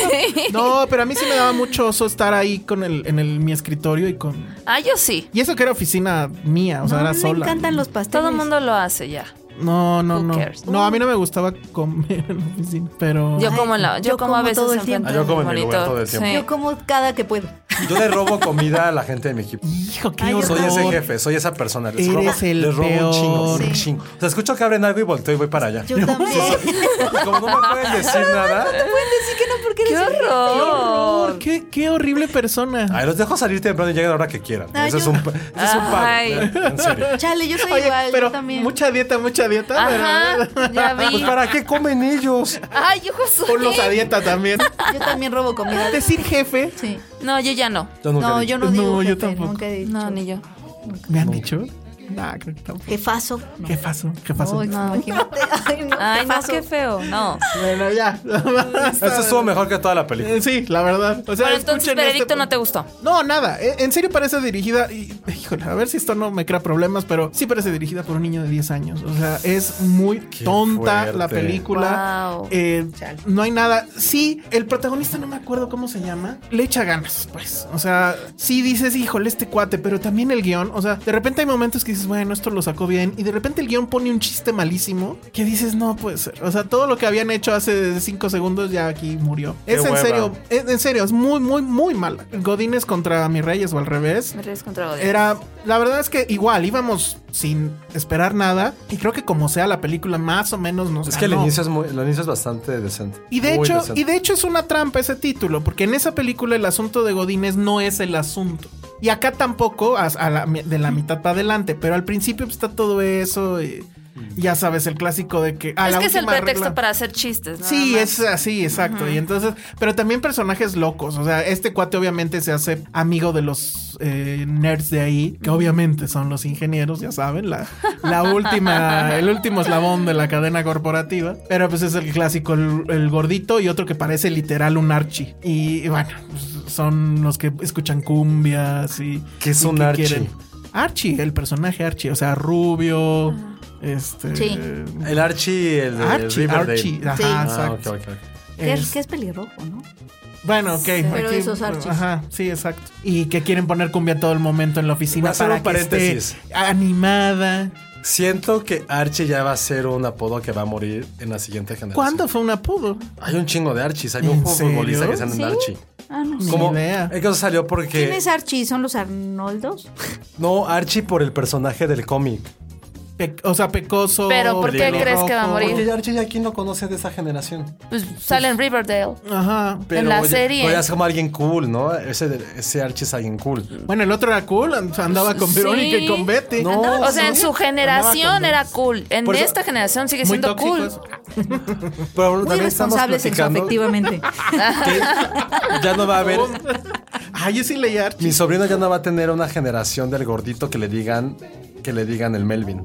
S5: No, pero a mí sí me daba mucho oso estar ahí con el, en el, mi escritorio y con.
S7: Ah, yo sí.
S5: Y eso que era oficina mía, o sea,
S4: No, a
S5: era
S4: mí
S5: sola.
S4: me encantan los pasteles.
S7: Todo el mundo lo hace ya.
S5: No, no,
S7: Who
S5: no.
S7: cares?
S5: No, a mí no me gustaba comer en la oficina, pero.
S7: Yo como, en la, yo
S4: yo
S7: como a
S4: como
S7: veces
S4: todo el
S7: enfrente
S4: tiempo.
S3: Ah, yo como en mi
S7: del
S3: lugar todo el
S7: monitor.
S3: tiempo.
S4: Ah, Yo como cada que puedo.
S3: Yo le robo comida a la gente de mi equipo.
S5: Hijo, qué
S4: Ay, yo
S5: horror.
S3: Soy ese jefe, soy esa persona. Les robo,
S5: Eres el
S3: les robo un chingo,
S5: peor.
S3: un
S4: Sí.
S3: chingo. O sea, escucho que abren algo y volteo y voy para allá.
S4: Yo también.
S3: Y como no me pueden decir nada,
S4: Pueden decir que no porque
S7: ¡Qué
S4: eres un-
S5: Qué horror,
S7: horror!
S5: qué, qué horrible persona.
S3: ahí los dejo salir temprano y llegan a la hora que quieran.
S4: Ay,
S3: Ese es
S4: yo-
S3: un, ese es un
S7: Ay.
S3: paro. En serio.
S4: Chale, yo soy
S5: Oye,
S4: igual,
S5: pero
S4: yo también.
S5: mucha dieta, mucha dieta.
S7: Ajá, ya
S3: Pues
S7: vi.
S3: para qué comen ellos.
S7: Ay, yo soy.
S5: Ponlos a dieta también.
S4: Yo también robo comida.
S5: Decir jefe.
S4: Sí.
S7: No, yo ya no.
S3: Yo nunca
S4: No,
S3: he dicho.
S4: yo no
S5: No,
S4: digo
S5: yo
S4: jefe,
S5: tampoco.
S4: nunca he dicho.
S7: No, ni yo.
S5: ¿Me han dicho? Nah, creo que tampoco.
S4: Jefazo. No.
S5: ¿Qué pasó? ¿Qué pasó?
S4: Ay, imagínate. Ay, no,
S7: Ay, no,
S4: jefazo.
S7: qué feo. No.
S5: Bueno, ya.
S3: Esto estuvo mejor que toda la película.
S5: Eh, Sí, la verdad. O sea,
S7: Pero entonces,
S5: escuchen este-
S7: veredicto no te gustó.
S5: No, nada. Eh, En serio parece dirigida. y- híjole, a ver si esto no me crea problemas, pero sí parece dirigida por un niño de 10 años. O sea, es muy tonta
S3: fuerte.
S5: la película.
S7: Wow.
S5: Eh, no hay nada. Sí, el protagonista no me acuerdo cómo se llama. Le echa ganas, pues. O sea, sí dices, híjole, este cuate, pero también el guión. O sea, de repente hay momentos que dices, bueno, esto lo sacó bien. Y de repente el guión pone un chiste malísimo que dices, no puede ser. O sea, todo lo que habían hecho hace 5 segundos ya aquí murió.
S3: Qué
S5: Es en
S3: hueva.
S5: serio, en, en serio, es muy, muy, muy mala. Godines contra mis reyes o al revés.
S7: Me ríes contra Godín.
S5: Era, la verdad es que igual íbamos sin esperar nada y creo que como sea la película más o menos nos
S3: Es que el
S5: ganó.
S3: inicio es, muy, el inicio es bastante decente.
S5: Y de,
S3: Muy
S5: hecho,
S3: decente.
S5: y de hecho es una trampa ese título, porque en esa película el asunto de Godínez no es el asunto. Y acá tampoco, as- a la mi- de la mitad para adelante, pero al principio pues, está todo eso. y-
S3: Mm.
S5: Ya sabes, el clásico de que.
S7: Ah, es que es el pretexto regla... para hacer chistes, ¿no?
S5: Sí, es así, exacto. Uh -huh. Y entonces, pero también personajes locos. O sea, este cuate obviamente se hace amigo de los eh, nerds de ahí, que obviamente son los ingenieros, ya saben, la, la última, el último eslabón de la cadena corporativa. Pero pues es el clásico, el, el gordito y otro que parece literal un archi. Y, y bueno, pues son los que escuchan cumbias y.
S3: ¿Qué es un archi?
S5: Archie, el personaje Archie, o sea, rubio. Uh -huh. Este.
S3: Sí. El Archie, el de Archie, Archie.
S5: Ajá, sí. ah, okay, okay.
S4: Que es, que es pelirrojo, ¿no?
S5: Bueno, ok. Sí. Aquí,
S4: pero esos archis.
S5: Ajá, sí, exacto. Y que quieren poner cumbia todo el momento en la oficina para que esté animada.
S3: Siento que Archie ya va a ser un apodo que va a morir en la siguiente generación.
S5: ¿Cuándo fue un apodo?
S3: Hay un chingo de Archies. Hay un serio? futbolista que se llama ¿Sí? Archie.
S4: Ah, no
S3: sé. Como, idea. Es que eso salió porque.
S4: ¿Quién es Archie? ¿Son los Arnoldos?
S3: no, Archie por el personaje del cómic.
S5: Pe o sea, pecoso.
S7: Pero ¿por qué crees rojo? que va a morir?
S3: Porque Archie ya quién lo conoce de esa generación.
S7: Pues sale en Riverdale.
S5: Ajá.
S7: Pero en la oye, serie.
S3: Oye, es como alguien cool, ¿no? Ese, ese Archie es alguien cool.
S5: Bueno, el otro era cool. Andaba con Verónica sí. y con Betty.
S7: No, o sea, en su generación era cool. En eso, esta generación sigue siendo cool.
S4: Pero Muy responsables efectivamente.
S3: ya no va a haber.
S5: Ay, yo sí leí Archie.
S3: Mi sobrino ya no va a tener una generación del gordito que le digan que le digan el Melvin.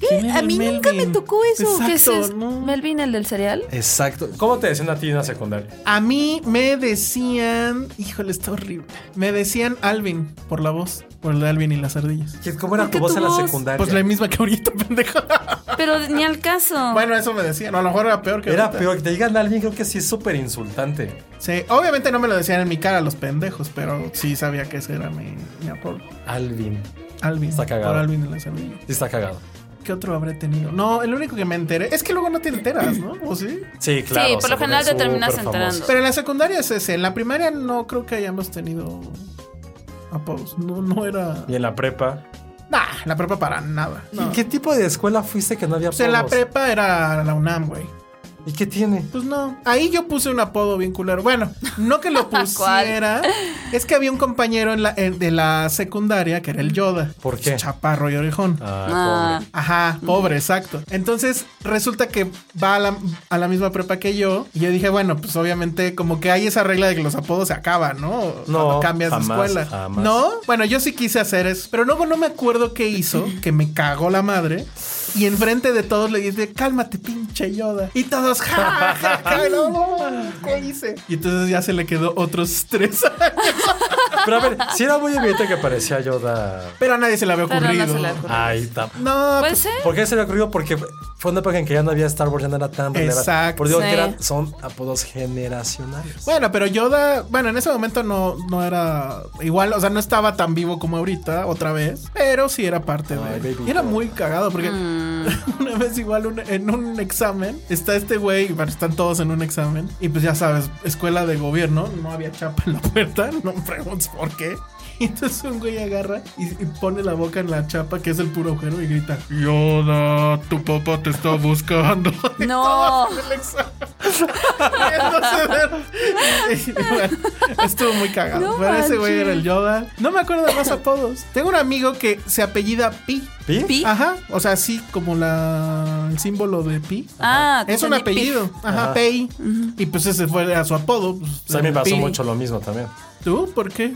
S4: ¿Qué? A mí Melvin? nunca me tocó eso.
S7: Exacto, ¿Qué es eso? No. ¿Melvin el del cereal?
S3: Exacto. ¿Cómo te decían a ti en la secundaria?
S5: A mí me decían. Híjole, está horrible. Me decían Alvin por la voz. Por el de Alvin y las ardillas.
S3: ¿Cómo era tu voz en la secundaria?
S5: Pues la misma que ahorita, pendejo.
S7: Pero ni al caso.
S5: Bueno, eso me decían. A lo mejor era peor que.
S3: Era
S5: ahorita.
S3: peor. Que te digan Alvin, creo que sí es súper insultante.
S5: Sí, obviamente no me lo decían en mi cara los pendejos, pero sí sabía que ese era mi, mi apodo.
S3: Alvin.
S5: Alvin.
S3: Está cagado.
S5: Por Alvin de las ardillas.
S3: Está cagado.
S5: ¿Qué otro habré tenido? No, el único que me enteré es que luego no te enteras, ¿no? ¿O sí?
S3: Sí, claro.
S7: Sí, por lo general te terminas enterando.
S5: Pero en la secundaria es ese. En la primaria no creo que hayamos tenido apodos. No, no era.
S3: ¿Y en la prepa?
S5: Nah, en la prepa para nada.
S3: No. ¿Y qué tipo de escuela fuiste que no había apodos?
S5: O sea, Pues en la prepa era la UNAM, güey.
S3: ¿Y qué tiene?
S5: Pues no. Ahí yo puse un apodo bien culero. Bueno, no que lo pusiera. es que había un compañero en la, en, de la secundaria que era el Yoda.
S3: ¿Por qué?
S5: Chaparro y orejón.
S3: Ah,
S5: pobre. Ajá, pobre, exacto. Entonces resulta que va a la, a la, misma prepa que yo. Y yo dije, bueno, pues obviamente, como que hay esa regla de que los apodos se acaban, ¿no?
S3: No.
S5: no cambias
S3: jamás,
S5: de escuela.
S3: Jamás.
S5: No. Bueno, yo sí quise hacer eso. Pero luego no me acuerdo qué hizo, que me cagó la madre. Y enfrente de todos le dije, cálmate, pinche Yoda. Y todos. Ja, ja, ja, no, no, ¿Qué hice? Y entonces ya se le quedó otros tres años.
S3: Pero a ver, si era muy evidente que parecía Yoda.
S5: Pero a nadie se le había ocurrido.
S7: No, se le ocurrió.
S3: Ay, está.
S5: No,
S4: Pues
S7: ¿Puede ser?
S3: ¿Por qué se le ocurrió? Porque fue una época en que ya no había Star Wars, ya no era tan relevante.
S5: Exacto.
S3: Por Dios, sí. que eran, son apodos generacionales.
S5: Bueno, pero Yoda, bueno, en ese momento no, no era igual, o sea, no estaba tan vivo como ahorita, otra vez, pero sí era parte Ay, de él. Y era muy cagado, porque mm. una vez igual un, en un examen está este güey, bueno, están todos en un examen, y pues ya sabes, escuela de gobierno, no había chapa en la puerta, no me preguntes por qué. Y entonces un güey agarra y, y, pone la boca en la chapa, que es el puro agujero, y grita: Yoda, tu papá te está buscando.
S7: No.
S5: y, y, bueno, estuvo muy cagado. No bueno, ese güey era el Yoda. No me acuerdo de más apodos. Tengo un amigo que se apellida Pi.
S3: ¿Pi?
S7: ¿Pi?
S5: Ajá. O sea, sí, como la, el símbolo de Pi.
S7: Ah,
S5: es un apellido. Pi. Ajá, Pei. Uh -huh. Y pues ese fue a su apodo. Pues,
S3: o sea, a mí me pasó Pi. mucho lo mismo también.
S5: ¿Tú? ¿Por qué?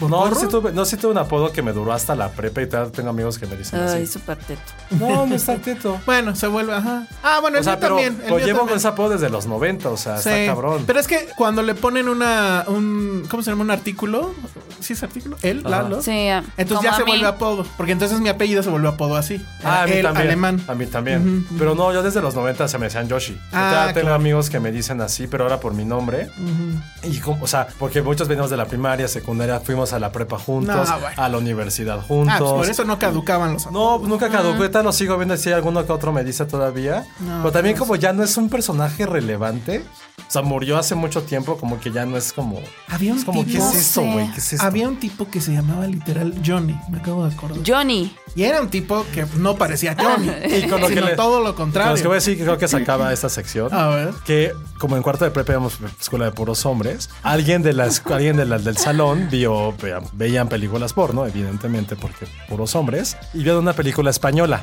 S3: No, no sí, tuve, no, sí tuve un apodo que me duró hasta la prepa y tal. Tengo amigos que me dicen
S7: Ay,
S3: así.
S7: súper teto.
S3: No, no está teto.
S5: bueno, se vuelve, ajá. Ah, bueno, o sea, el mío también.
S3: Lo llevo con ese apodo desde los 90, o sea, sí. está cabrón.
S5: Pero es que cuando le ponen una, un, ¿cómo se llama? Un artículo. ¿Sí es artículo? Él, Lalo.
S7: Sí. ah,
S5: Entonces ya se vuelve apodo. Porque entonces mi apellido se volvió apodo así. Ah, a mí él,
S3: también.
S5: Alemán.
S3: A mí también. Uh -huh, uh -huh. Pero no, yo desde los 90 se me decían Yoshi. Ah, Entonces, claro. tengo amigos que me dicen así, pero ahora por mi nombre. Uh -huh. Y como, o sea, porque muchos venimos de la primaria, secundaria, fuimos a la prepa juntos,
S5: Ah,
S3: no, bueno. a la universidad juntos. Ah, pues
S5: por eso no caducaban los
S3: No, nunca caducó. Ahorita lo sigo viendo si hay alguno que otro me dice todavía. No, pero también no como sé. ya no es un personaje relevante. O sea, murió hace mucho tiempo, como que ya no es como.
S5: Había un
S3: como,
S5: tipo.
S3: ¿qué es esto, güey? ¿Qué es esto?
S5: Había un tipo que se llamaba literal Johnny. Me acabo de acordar.
S7: Johnny.
S5: Y era un tipo que no parecía Johnny. y con lo sino que le, todo lo contrario.
S3: Con que voy a decir que creo que se acaba esta sección.
S5: A ver.
S3: Que como en cuarto de prepa íbamos escuela de puros hombres, alguien, de las, alguien de la, del salón vio, veían películas porno, evidentemente, porque puros hombres, y vieron una película española.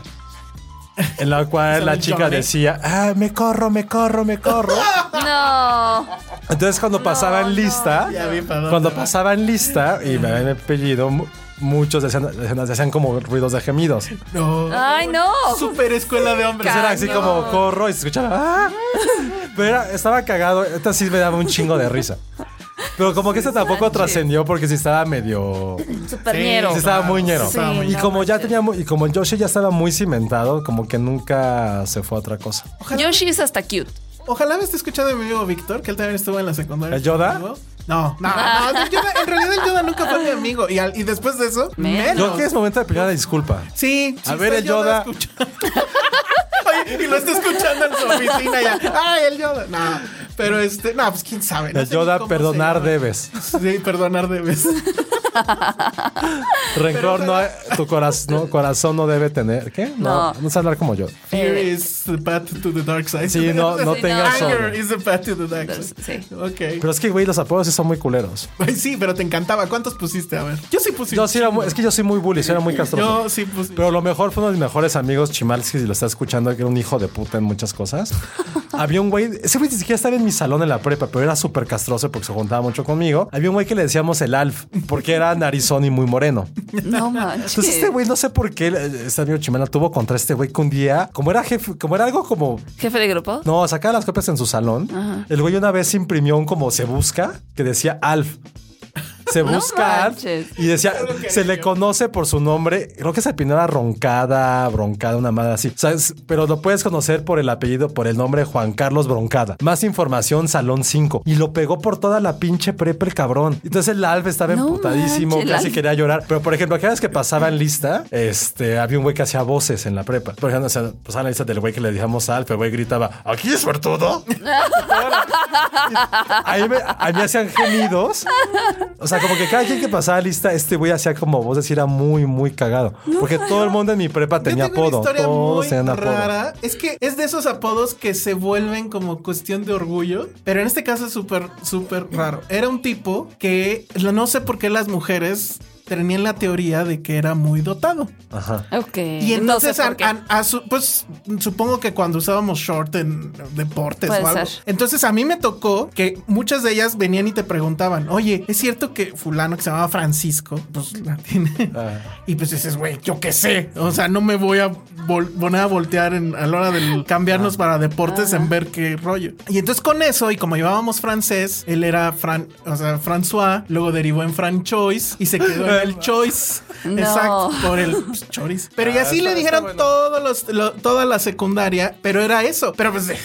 S3: en la cual la chica decía, ah, me corro, me corro, me corro.
S7: No.
S3: Entonces cuando pasaba en lista,
S5: Ya vi para dónde
S3: cuando
S5: va.
S3: pasaba en lista y me habían apellido, mu- muchos decían, decían como ruidos de gemidos.
S5: No.
S7: Ay, no.
S4: Oh.
S5: Super escuela de hombres.
S3: Entonces era así como corro y se escuchaba. "Ah". Pero era- estaba cagado. Esta sí me daba un chingo de risa. Pero como que esta tampoco trascendió porque sí estaba medio.
S7: Superñero.
S3: Sí estaba muy ñero.
S7: Sí, no
S3: y como ya
S7: manches.
S3: tenía mu- y como el Yoshi ya estaba muy cimentado, como que nunca se fue a otra cosa.
S7: Yoshi es hasta cute.
S5: Ojalá me esté escuchando mi amigo Víctor, que él también estuvo en la secundaria.
S3: ¿El Yoda?
S5: conmigo. No, no, no. el Yoda- en realidad el Yoda nunca fue mi amigo. Y, al- y después de eso, menos.
S3: Creo que es momento de pedir una disculpa.
S5: Sí, sí
S3: A ver,
S5: está
S3: el Yoda.
S5: escucha- Oye, y lo está escuchando en su oficina ya. Ay, el Yoda. No, pero este, no, pues quién sabe. no
S3: El
S5: sé ni
S3: Yoda,
S5: cómo
S3: perdonar
S5: se llama.
S3: debes.
S5: Sí, perdonar debes.
S3: Rencor no, tu corazón no, corazón no debe tener. ¿Qué? No,
S7: No.
S3: no sé hablar como yo.
S5: Fear is the path to the dark side.
S3: Sí, no, no
S7: Sí,
S3: tengas
S7: no.
S5: Anger
S3: odio.
S5: is the path to the dark side.
S7: Sí.
S5: Ok.
S3: Pero es que, güey, los apodos sí son muy culeros.
S5: Ay, sí, pero te encantaba. ¿Cuántos pusiste? A ver. Yo sí puse.
S3: Yo sí era muy- es que yo soy muy bully, soy era muy castroso.
S5: Yo sí puse.
S3: Pero lo mejor fue uno de mis mejores amigos, Chimalski, si lo está escuchando, que era un hijo de puta en muchas cosas. Había un güey, ese güey ni siquiera estaba en mi salón en la prepa, pero era súper castroso porque se juntaba mucho conmigo. Había un güey que le decíamos el Alf, porque era narizón y muy moreno.
S7: No manches.
S3: Entonces este güey, no sé por qué, eh, este amigo Chimala tuvo contra este güey que un día, como era jefe, como era algo como
S7: Jefe de grupo.
S3: no, sacaba las copias en su salón. El güey una vez imprimió un como se busca que decía Alf. Se busca Alf
S7: manches.
S3: y decía, se le conoce por su nombre. Creo que esa opinión era roncada, broncada, una madre así. O sea, es- pero lo puedes conocer por el apellido, por el nombre Juan Carlos Broncada. Más información, salón 5. Y lo pegó por toda la pinche prepa el cabrón. Entonces el Alf estaba
S7: No
S3: emputadísimo,
S7: manches, el
S3: casi
S7: Alf.
S3: quería llorar. Pero por ejemplo, cada vez que pasaba en lista, este, había un güey que hacía voces en la prepa. Por ejemplo, o sea, pasaba la lista del güey que le dijimos al, pero el güey gritaba, ¿aquí es suertudo? Ahí me, a mí hacían gemidos. O sea, como que cada quien que pasaba lista, este güey hacía como voz, así era muy, muy cagado. Porque todo el mundo en mi prepa tenía
S5: Yo tengo
S3: apodo.
S5: Una historia
S3: Todos
S5: muy
S3: tenían apodo.
S5: rara. Es que es de esos apodos que se vuelven como cuestión de orgullo, pero en este caso es súper, súper raro. Era un tipo que lo- no sé por qué las mujeres tenían la teoría de que era muy dotado.
S3: Ajá.
S7: Ok.
S5: Y entonces,
S7: No sé
S5: a-
S7: por qué.
S5: a- a su- pues supongo que cuando usábamos short en deportes
S7: Puede
S5: o algo.
S7: ser.
S5: Entonces a mí me tocó que muchas de ellas venían y te preguntaban, oye, ¿es cierto que fulano que se llamaba Francisco? Pues la tiene. Y pues dices, güey, yo qué sé. O sea, no me voy a vol- poner a voltear en- a la hora de cambiarnos para deportes en ver qué rollo. Y entonces con eso, y como llevábamos francés, él era Fran, o sea, François, luego derivó en Fran Choice y se quedó en el Choice.
S7: No.
S5: Exacto, por el pues, choris. Pero
S3: Ah,
S5: y así le dijeron todos los, lo- toda la secundaria, pero era eso. Pero pues. eh,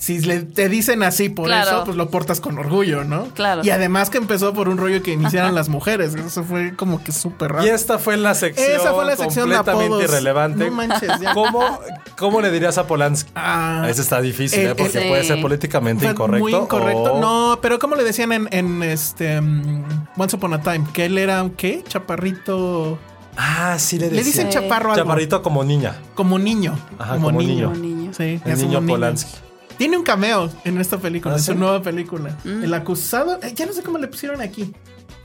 S5: Si le- te dicen así por
S7: Claro.
S5: eso, pues lo portas con orgullo, ¿no?
S7: Claro.
S5: Y además que empezó por un rollo que iniciaron las mujeres. Eso fue como que súper raro.
S3: Y esta fue la sección.
S5: Esa fue la sección de
S3: completamente
S5: apodos.
S3: irrelevante.
S5: No manches, ya.
S3: ¿Cómo, ¿Cómo le dirías a Polanski?
S5: Ah.
S3: Ese está difícil,
S5: El-
S3: ¿eh? porque
S7: el-
S3: puede
S7: Sí.
S3: ser políticamente
S5: Fue
S3: incorrecto.
S5: Muy incorrecto.
S3: o-
S5: No, pero como le decían en, en este mm, Once Upon a Time, que él era ¿qué? Chaparrito.
S3: Ah, sí le
S5: Le
S3: decían.
S5: dicen chaparro algo.
S3: Chaparrito como niña.
S5: Como niño.
S3: Ajá, como niño.
S7: Como niño.
S5: Sí,
S3: El
S5: es
S3: niño
S5: un
S3: Polanski.
S5: Tiene un cameo en esta película,
S3: ¿Ah,
S5: en
S3: sí?
S5: su nueva película. El acusado, eh, ya no sé cómo le pusieron aquí.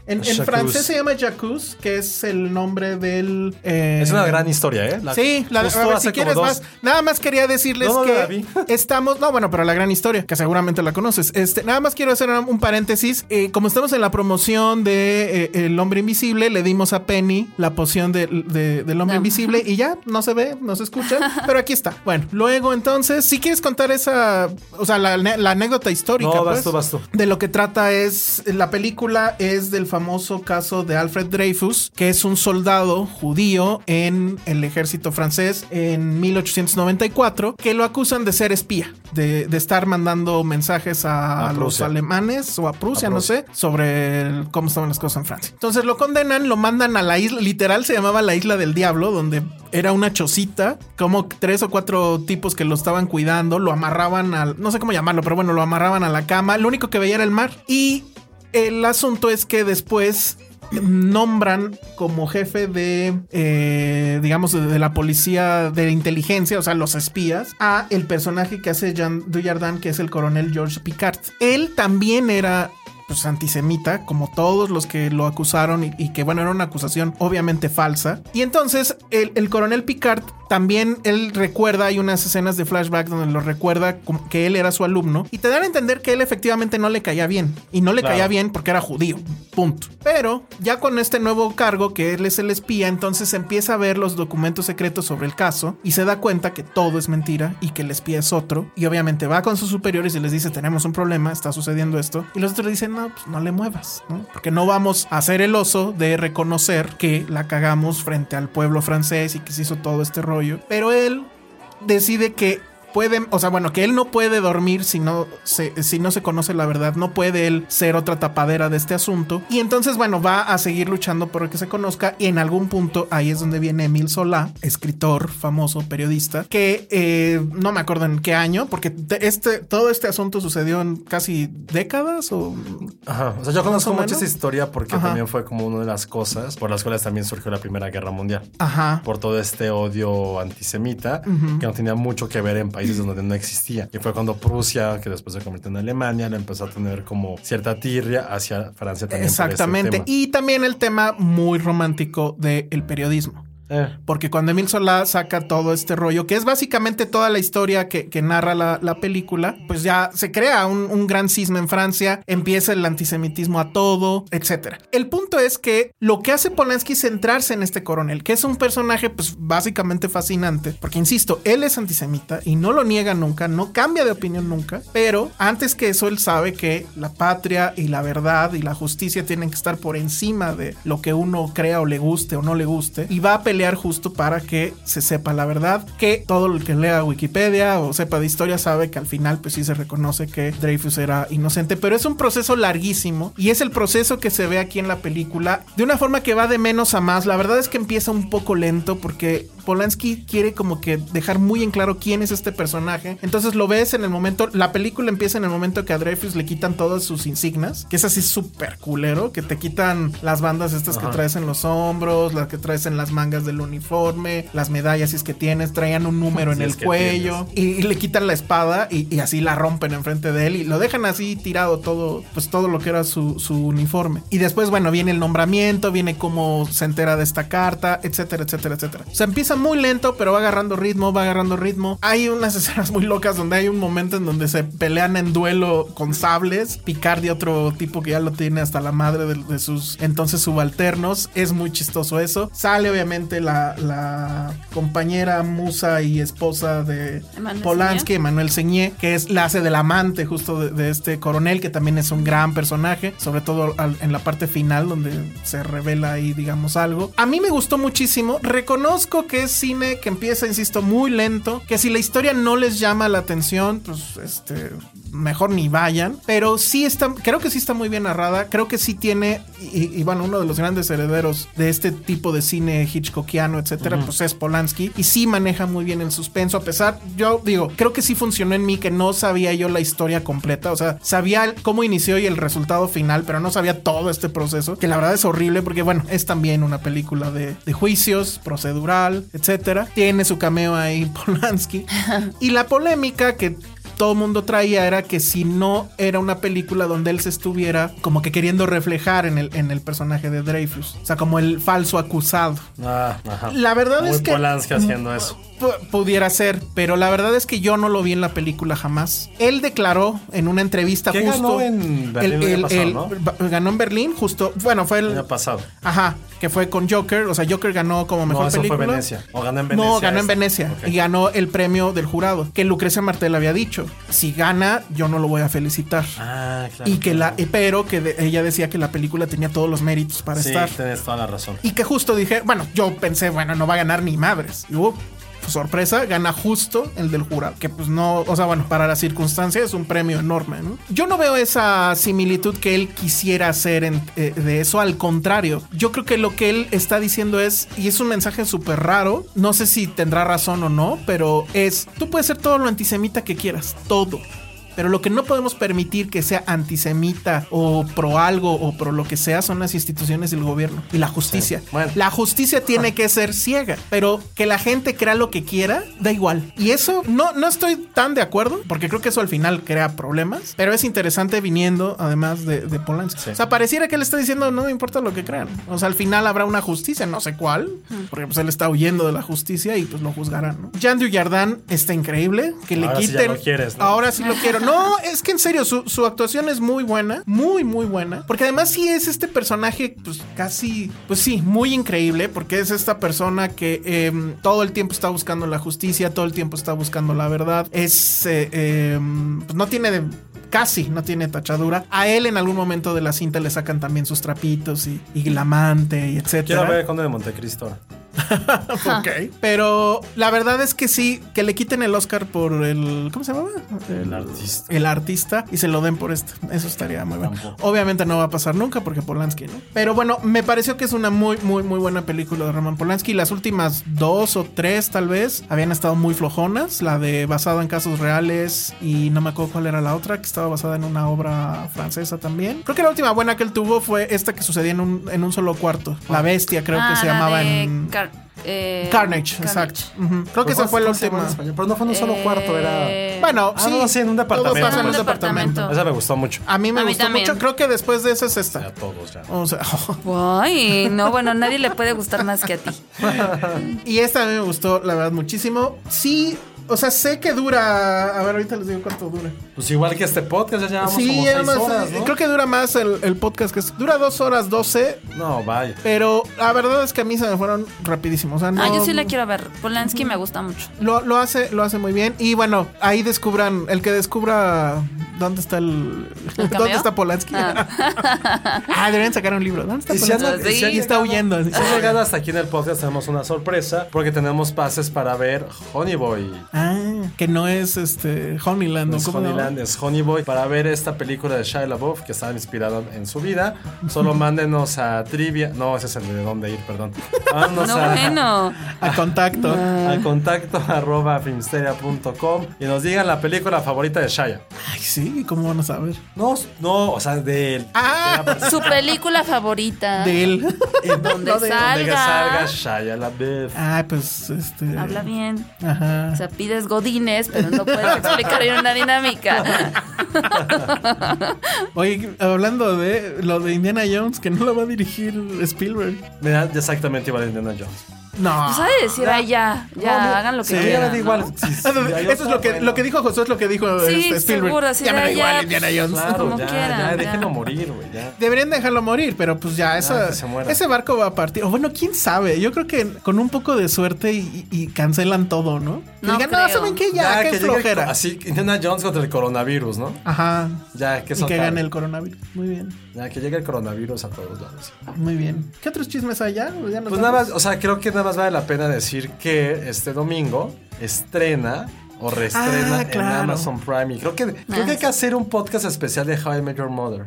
S5: En, en
S3: Jacuz.
S5: francés se llama Jacuz, que es el nombre del. eh,
S3: Es una gran historia, ¿eh? La-
S5: sí, la, a
S3: justo
S5: ver,
S3: hace
S5: si
S3: como
S5: quieres
S3: dos-
S5: más. Nada más quería decirles
S3: No, no, la
S5: que
S3: vi.
S5: estamos. No, bueno, pero la gran historia, que seguramente la conoces. Este, nada más quiero hacer un un paréntesis. Eh, como estamos en la promoción de eh, El Hombre Invisible, le dimos a Penny la poción de- de- del Hombre
S7: No.
S5: Invisible y ya no se ve, no se escucha, pero aquí está. Bueno, luego entonces, si quieres contar esa, o sea, la, la anécdota histórica.
S3: No, vas
S5: pues,
S3: tú, vas tú.
S5: de lo que trata es la película es del famoso caso de Alfred Dreyfus, que es un soldado judío en el ejército francés en 1894, que lo acusan de ser espía, de, de estar mandando mensajes a,
S3: A
S5: los
S3: Rusia.
S5: alemanes o a Prusia,
S3: A
S5: no
S3: Prusia.
S5: sé, sobre el- cómo estaban las cosas en Francia. Entonces lo condenan, lo mandan a la isla, literal se llamaba la isla del diablo, donde era una chocita, como tres o cuatro tipos que lo estaban cuidando, lo amarraban al, no sé cómo llamarlo, pero bueno, lo amarraban a la cama, lo único que veía era el mar. Y el asunto es que después nombran como jefe de, eh, digamos, de, de la policía de inteligencia, o sea, los espías, a el personaje que hace Jean Dujardin, que es el coronel George Picard. Él también era pues antisemita, como todos los que lo acusaron y, y que bueno, era una acusación obviamente falsa. Y entonces el, el coronel Picard también él recuerda, hay unas escenas de flashback donde lo recuerda como que él era su alumno y te dan a entender que él efectivamente no le caía bien y no le
S3: Claro.
S5: caía bien porque era judío, punto. Pero ya con este nuevo cargo que él es el espía, entonces empieza a ver los documentos secretos sobre el caso y se da cuenta que todo es mentira y que el espía es otro y obviamente va con sus superiores y les dice tenemos un problema, está sucediendo esto y los otros le dicen no, pues no le muevas, ¿no? porque no vamos a hacer el oso de reconocer que la cagamos frente al pueblo francés y que se hizo todo este rollo, pero él decide que puede, o sea, bueno, que él no puede dormir si no se, si no se conoce la verdad, no puede él ser otra tapadera de este asunto. Y entonces, bueno, va a seguir luchando por que se conozca y en algún punto ahí es donde viene Emil Solá, escritor, famoso, periodista, que eh, no me acuerdo en qué año, porque te- este, todo este asunto sucedió en casi décadas o...
S3: Ajá. O sea, yo
S5: Más
S3: conozco
S5: o
S3: mucho
S5: menos.
S3: esa historia porque
S5: Ajá.
S3: también fue como una de las cosas por las cuales también surgió la Primera Guerra Mundial.
S5: Ajá.
S3: Por todo este odio antisemita
S5: Ujú.
S3: que no tenía mucho que ver en países donde no existía. Y fue cuando Prusia, que después se convirtió en Alemania, le empezó a tener como cierta tirria hacia Francia también.
S5: Exactamente. Y también el tema muy romántico del periodismo.
S3: Eh.
S5: Porque cuando Emil Solá saca todo este rollo, que es básicamente toda la historia que, que narra la, la película, pues ya se crea un, un gran cisma en Francia, empieza el antisemitismo a todo, etcétera. El punto es que lo que hace Polanski es centrarse en este coronel, que es un personaje pues básicamente fascinante, porque insisto, él es antisemita y no lo niega nunca, no cambia de opinión nunca, pero antes que eso él sabe que la patria y la verdad y la justicia tienen que estar por encima de lo que uno crea o le guste o no le guste y va a pelear justo para que se sepa la verdad, que todo el que lea Wikipedia o sepa de historia sabe que al final pues sí se reconoce que Dreyfus era inocente, pero es un proceso larguísimo y es el proceso que se ve aquí en la película de una forma que va de menos a más, la verdad es que empieza un poco lento porque Polanski quiere como que dejar muy en claro quién es este personaje. Entonces lo ves en el momento, la película empieza en el momento que a Dreyfus le quitan todas sus insignias, que es así súper culero, que te quitan las bandas estas
S3: Ajá.
S5: que traes en los hombros, las que traes en las mangas del uniforme, las medallas si es que tienes, traían un número en
S3: Si es
S5: el
S3: que
S5: cuello y, y le quitan la espada y, y así la rompen enfrente de él y lo dejan así tirado todo, pues todo lo que era su, su uniforme. Y después, bueno, viene el nombramiento, viene cómo se entera de esta carta, etcétera, etcétera, etcétera. O sea, empieza muy lento, pero va agarrando ritmo, va agarrando ritmo. Hay unas escenas muy locas donde hay un momento en donde se pelean en duelo con sables. Picardi, otro tipo que ya lo tiene hasta la madre de, de sus entonces subalternos. Es muy chistoso eso. Sale obviamente la, la compañera, musa y esposa de
S7: Emanuel
S5: Polanski, Manuel Señé, que es la hace del amante justo de, de este coronel, que también es un gran personaje, sobre todo al- en la parte final donde se revela ahí, digamos, algo. A mí me gustó muchísimo. Reconozco que es cine que empieza, insisto, muy lento, que si la historia no les llama la atención, pues este, mejor ni vayan. Pero sí está, creo que sí está muy bien narrada. Creo que sí tiene, y, y bueno, uno de los grandes herederos de este tipo de cine hitchcockiano, etcétera,
S3: Ujú.
S5: pues es Polanski. Y sí maneja muy bien el suspenso, a pesar, yo digo, creo que sí funcionó en mí que no sabía yo la historia completa. O sea, sabía el- cómo inició y el resultado final, pero no sabía todo este proceso, que la verdad es horrible porque, bueno, es también una película de, de juicios, procedural, etcétera. Tiene su cameo ahí Polanski. Y la polémica que todo mundo traía era que si no era una película donde él se estuviera como que queriendo reflejar en el, en el personaje de Dreyfus. O sea, como el falso acusado.
S3: Ah, ajá.
S5: La verdad
S3: Muy
S5: es que- mm,
S3: Polanski haciendo eso.
S5: Pu- pudiera ser, pero la verdad es que yo no lo vi en la película jamás. Él declaró en una entrevista
S3: ¿Qué
S5: justo.
S3: ganó en Berlín el año pasado, no?
S5: ba- ganó en Berlín, justo. Bueno, fue el.
S3: El año pasado.
S5: Ajá, que fue con Joker. O sea, Joker ganó como mejor
S3: no, eso
S5: película.
S3: fue Venecia. O ganó en Venecia.
S5: No, ganó en
S3: este.
S5: Venecia
S3: Ok.
S5: y ganó el premio del jurado, que Lucrecia Martel había dicho, si gana, yo no lo voy a felicitar.
S3: Ah, claro.
S5: y que la, pero que de- ella decía que la película tenía todos los méritos para
S3: sí,
S5: estar.
S3: tienes toda la razón.
S5: Y que justo dije, bueno, yo pensé, bueno, no va a ganar ni madres. Y hubo pues, sorpresa, gana justo el del jurado. Que pues no, o sea, bueno, para la circunstancia es un premio enorme, ¿no? Yo no veo esa similitud que él quisiera hacer en- eh, de eso. Al contrario, yo creo que lo que él está diciendo es, y es un mensaje súper raro, no sé si tendrá razón o no, pero es, tú puedes ser todo lo antisemita que quieras, todo. Pero lo que no podemos permitir que sea antisemita o pro algo o pro lo que sea son las instituciones del gobierno y la justicia. Sí. Bueno. La justicia tiene que ser ciega, pero que la gente crea lo que quiera, da igual. Y eso no, no estoy tan de acuerdo, porque creo que eso al final crea problemas, pero es interesante viniendo además de, de Polanski. Sí. O sea, pareciera que él está diciendo, no me importa lo que crean. O sea, al final habrá una justicia, no sé cuál, porque pues él está huyendo de la justicia y pues lo juzgarán, ¿no? Jean Dujardin está increíble, que le
S3: Ahora sí
S5: quiten...
S3: ya lo quieres, ¿no?
S5: Ahora sí lo quiero. No, es que en serio, su, su actuación es muy buena, muy, muy buena, porque además sí es este personaje, pues casi, pues sí, muy increíble, porque es esta persona que eh, todo el tiempo está buscando la justicia, todo el tiempo está buscando la verdad, es, eh, eh, pues no tiene de casi no tiene tachadura. A él en algún momento de la cinta le sacan también sus trapitos y, y glamante y etcétera.
S3: Quiero ver el Conde de Montecristo.
S5: ok. Pero la verdad es que sí, que le quiten el Oscar por el. ¿Cómo se llamaba?
S3: El artista.
S5: El artista y se lo den por esto. Eso estaría muy bueno. Obviamente no va a pasar nunca porque Polanski, ¿no? Pero bueno, me pareció que es una muy, muy, muy buena película de Roman Polanski. Las últimas dos o tres, tal vez, habían estado muy flojonas. La de basada en casos reales y no me acuerdo cuál era la otra, que estaba basada en una obra francesa también. Creo que la última buena que él tuvo fue esta que sucedía en un, en un solo cuarto. La bestia, creo
S7: Ah,
S5: que se
S7: la
S5: llamaba
S7: de
S5: en.
S7: Car- eh,
S5: Carnage,
S7: Carnage.
S5: exacto. Ujú.
S3: Pues
S5: Creo que esa fue la última.
S2: Pero Pues no fue en un solo cuarto, era.
S5: Bueno,
S3: Ah,
S5: sí.
S3: no, sí, en un
S5: todo
S3: departamento.
S5: pasa en un
S3: Ah, en un
S5: departamento.
S3: Esa me gustó mucho.
S5: A mí me
S7: A mí
S5: gustó
S7: también.
S5: mucho. Creo que después de Ah, esa Oh. es
S3: A
S5: esta.
S3: todos ya.
S5: O sea,
S7: Ay, no, bueno, nadie le puede gustar más que a ti.
S5: y esta a mí me gustó, la verdad, muchísimo. Sí, o sea, sé que dura. A ver, ahorita les digo cuánto dura.
S2: Pues igual que este podcast, ya llevamos
S5: sí,
S2: como seis
S5: además,
S2: horas,
S5: eh,
S2: ¿no?
S5: creo que dura más el, el podcast que es- dura dos horas 12,
S3: No, vaya.
S5: pero la verdad es que a mí se me fueron rapidísimos. O sea, no-
S7: Ah, yo sí la quiero ver. Polanski me gusta mucho.
S5: Lo, lo hace, lo hace muy bien. Y bueno, ahí descubran, el que descubra dónde está el.
S7: cameo?
S5: ¿Dónde está Polanski? Ah. deberían sacar un libro. ¿Dónde está
S3: Y si,
S5: Polanski?
S3: han-
S7: Sí. Ah,
S3: si han
S5: Y está
S3: llegado-
S5: huyendo. así.
S3: Si han llegado hasta aquí en el podcast, tenemos una sorpresa porque tenemos pases para ver Honey Boy.
S5: Ah, que no es este Honeyland.
S3: No
S5: ¿no?
S3: es
S5: ¿Cómo se llama?
S3: Honeyland, es Honey Boy. Para ver esta película de Shia LaBeouf que estaba inspirada en su vida, solo mándenos a Trivia. No, ese es el de dónde ir, perdón. Mándenos
S7: No,
S3: a,
S7: bueno.
S5: A contacto.
S3: a contacto arroba filmsteria.com y nos digan la película favorita de Shia.
S5: Ay, sí, ¿cómo van a saber?
S3: No, no, o sea, de él.
S5: Ah,
S7: Su película favorita.
S5: de él.
S3: En
S7: donde
S3: no, de- donde
S7: salga.
S3: salga Shia LaBeouf.
S5: Ah, pues este.
S7: Habla bien.
S5: Ajá.
S7: O sea, pides godines, pero no puedes explicar en una dinámica.
S5: Oye, hablando de lo de Indiana Jones, que no lo va a dirigir Spielberg.
S3: Me da exactamente igual a Indiana Jones.
S5: No.
S6: Pues
S7: No sabe decir, ay, ya, ya, hagan lo que
S3: Sí, ya me
S7: quieran.
S3: da
S7: ¿no?
S3: igual. Sí, sí,
S5: Ah, no,
S3: ya yo
S5: Eso es lo que,
S3: bueno.
S5: lo que dijo José, es lo que dijo
S7: Pues, Sí,
S5: este, Spielberg.
S7: seguro, así
S5: ya me
S7: de,
S5: da igual
S7: ya,
S5: Indiana Jones.
S3: Claro,
S7: Como
S3: ya,
S7: quieran,
S3: ya,
S7: ya.
S3: déjenlo morir, güey, ya.
S5: Deberían dejarlo morir, pero pues ya, esa-
S3: que se muera.
S5: ese barco va a partir. O bueno, quién sabe. Yo creo que con un poco de suerte y, y cancelan todo, ¿no? Que
S7: No
S5: digan, no,
S7: creo.
S5: ¿saben qué? Ya, qué
S3: que llegue co-
S5: flojera.
S3: Así, Indiana Jones contra el coronavirus, ¿no?
S5: Ajá.
S3: Ya, que
S5: y que
S3: saltar.
S5: gane el coronavirus. Muy bien.
S3: Ya, que llegue el coronavirus a todos lados.
S5: Muy bien. ¿Qué otros chismes hay ya? Ya nos
S3: Pues nada
S5: vamos.
S3: más, o sea, creo que nada más vale la pena decir que este domingo estrena o reestrena
S5: Ah, claro.
S3: en Amazon Prime. Y creo que, creo que hay que hacer un podcast especial de How I Met Your Mother.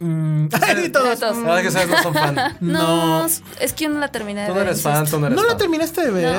S5: Ay, todos.
S7: Todos.
S3: La verdad que sabes, no son fan.
S7: No, es que yo no la terminé de
S3: Tú no
S7: ver.
S3: eres fan, tú no eres
S5: ¿No la
S3: fan.
S5: terminaste de ver?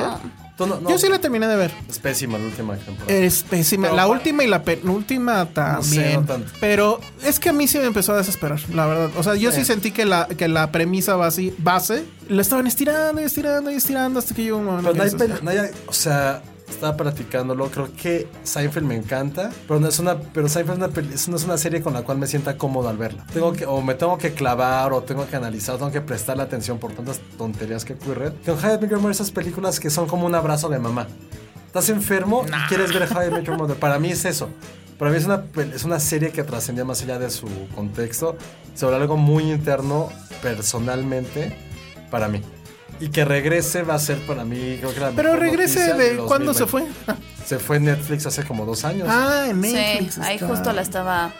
S3: Tú no- no.
S5: Yo sí Eh, la terminé de ver.
S3: Es pésima la última temporada.
S5: Es pésima.
S3: Pero
S5: la
S3: para-
S5: última y la penúltima
S3: sé,
S5: también.
S3: no tanto.
S5: pero es que a mí sí me empezó a desesperar, la verdad. O sea, yo sí sentí que la, que la premisa base, base la estaban estirando y estirando y estirando hasta que llegó un momento.
S3: Pero
S5: que
S3: no hay
S5: dices,
S3: pel- no hay- o sea, estaba practicándolo. Creo que Seinfeld me encanta, pero no es una, pero Seinfeld es una, pel- es una- es una serie con la cual me sienta cómodo al verla. Tengo que, o me tengo que clavar, o tengo que analizar, o tengo que prestarle atención por tantas tonterías que ocurren. Con How I Met Your Mother, esas películas que son como un abrazo de mamá. Estás enfermo y quieres ver How I Met Your Mother. Para mí es eso. Para mí es una, pel- es una serie que trascendía más allá de su contexto, sobre algo muy interno, personalmente, para mí. Y que regrese va a ser para mí, creo que la
S5: Pero
S3: mejor
S5: regrese
S3: noticia
S5: de
S3: los
S5: cuándo se
S3: 2020.
S5: fue.
S3: Se fue en Netflix hace como dos años.
S5: Ah, en Netflix.
S7: Sí, ahí
S5: está.
S7: justo la estaba.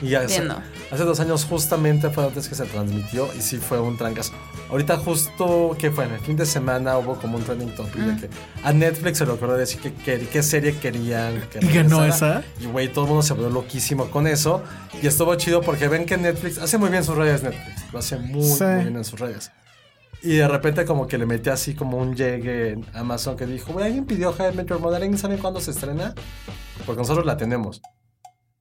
S3: y hace,
S7: viendo.
S3: hace dos años justamente fue antes que se transmitió y sí fue un trancazo. Ahorita justo, que fue? En el fin de semana hubo como un trending topic
S5: Mm.
S3: de que a Netflix se le ocurrió decir que, quer- qué serie querían que
S5: Y ganó
S3: regresara.
S5: esa.
S3: Y güey, todo el mundo se volvió loquísimo con eso. Y estuvo chido porque ven que Netflix hace muy bien sus redes Netflix. Lo hace muy,
S5: Sí.
S3: muy bien en sus redes. Y de repente como que le metí así como un llegue en Amazon que dijo, güey, alguien pidió High Metro Model, ¿alguien sabe cuándo se estrena? Porque nosotros la tenemos.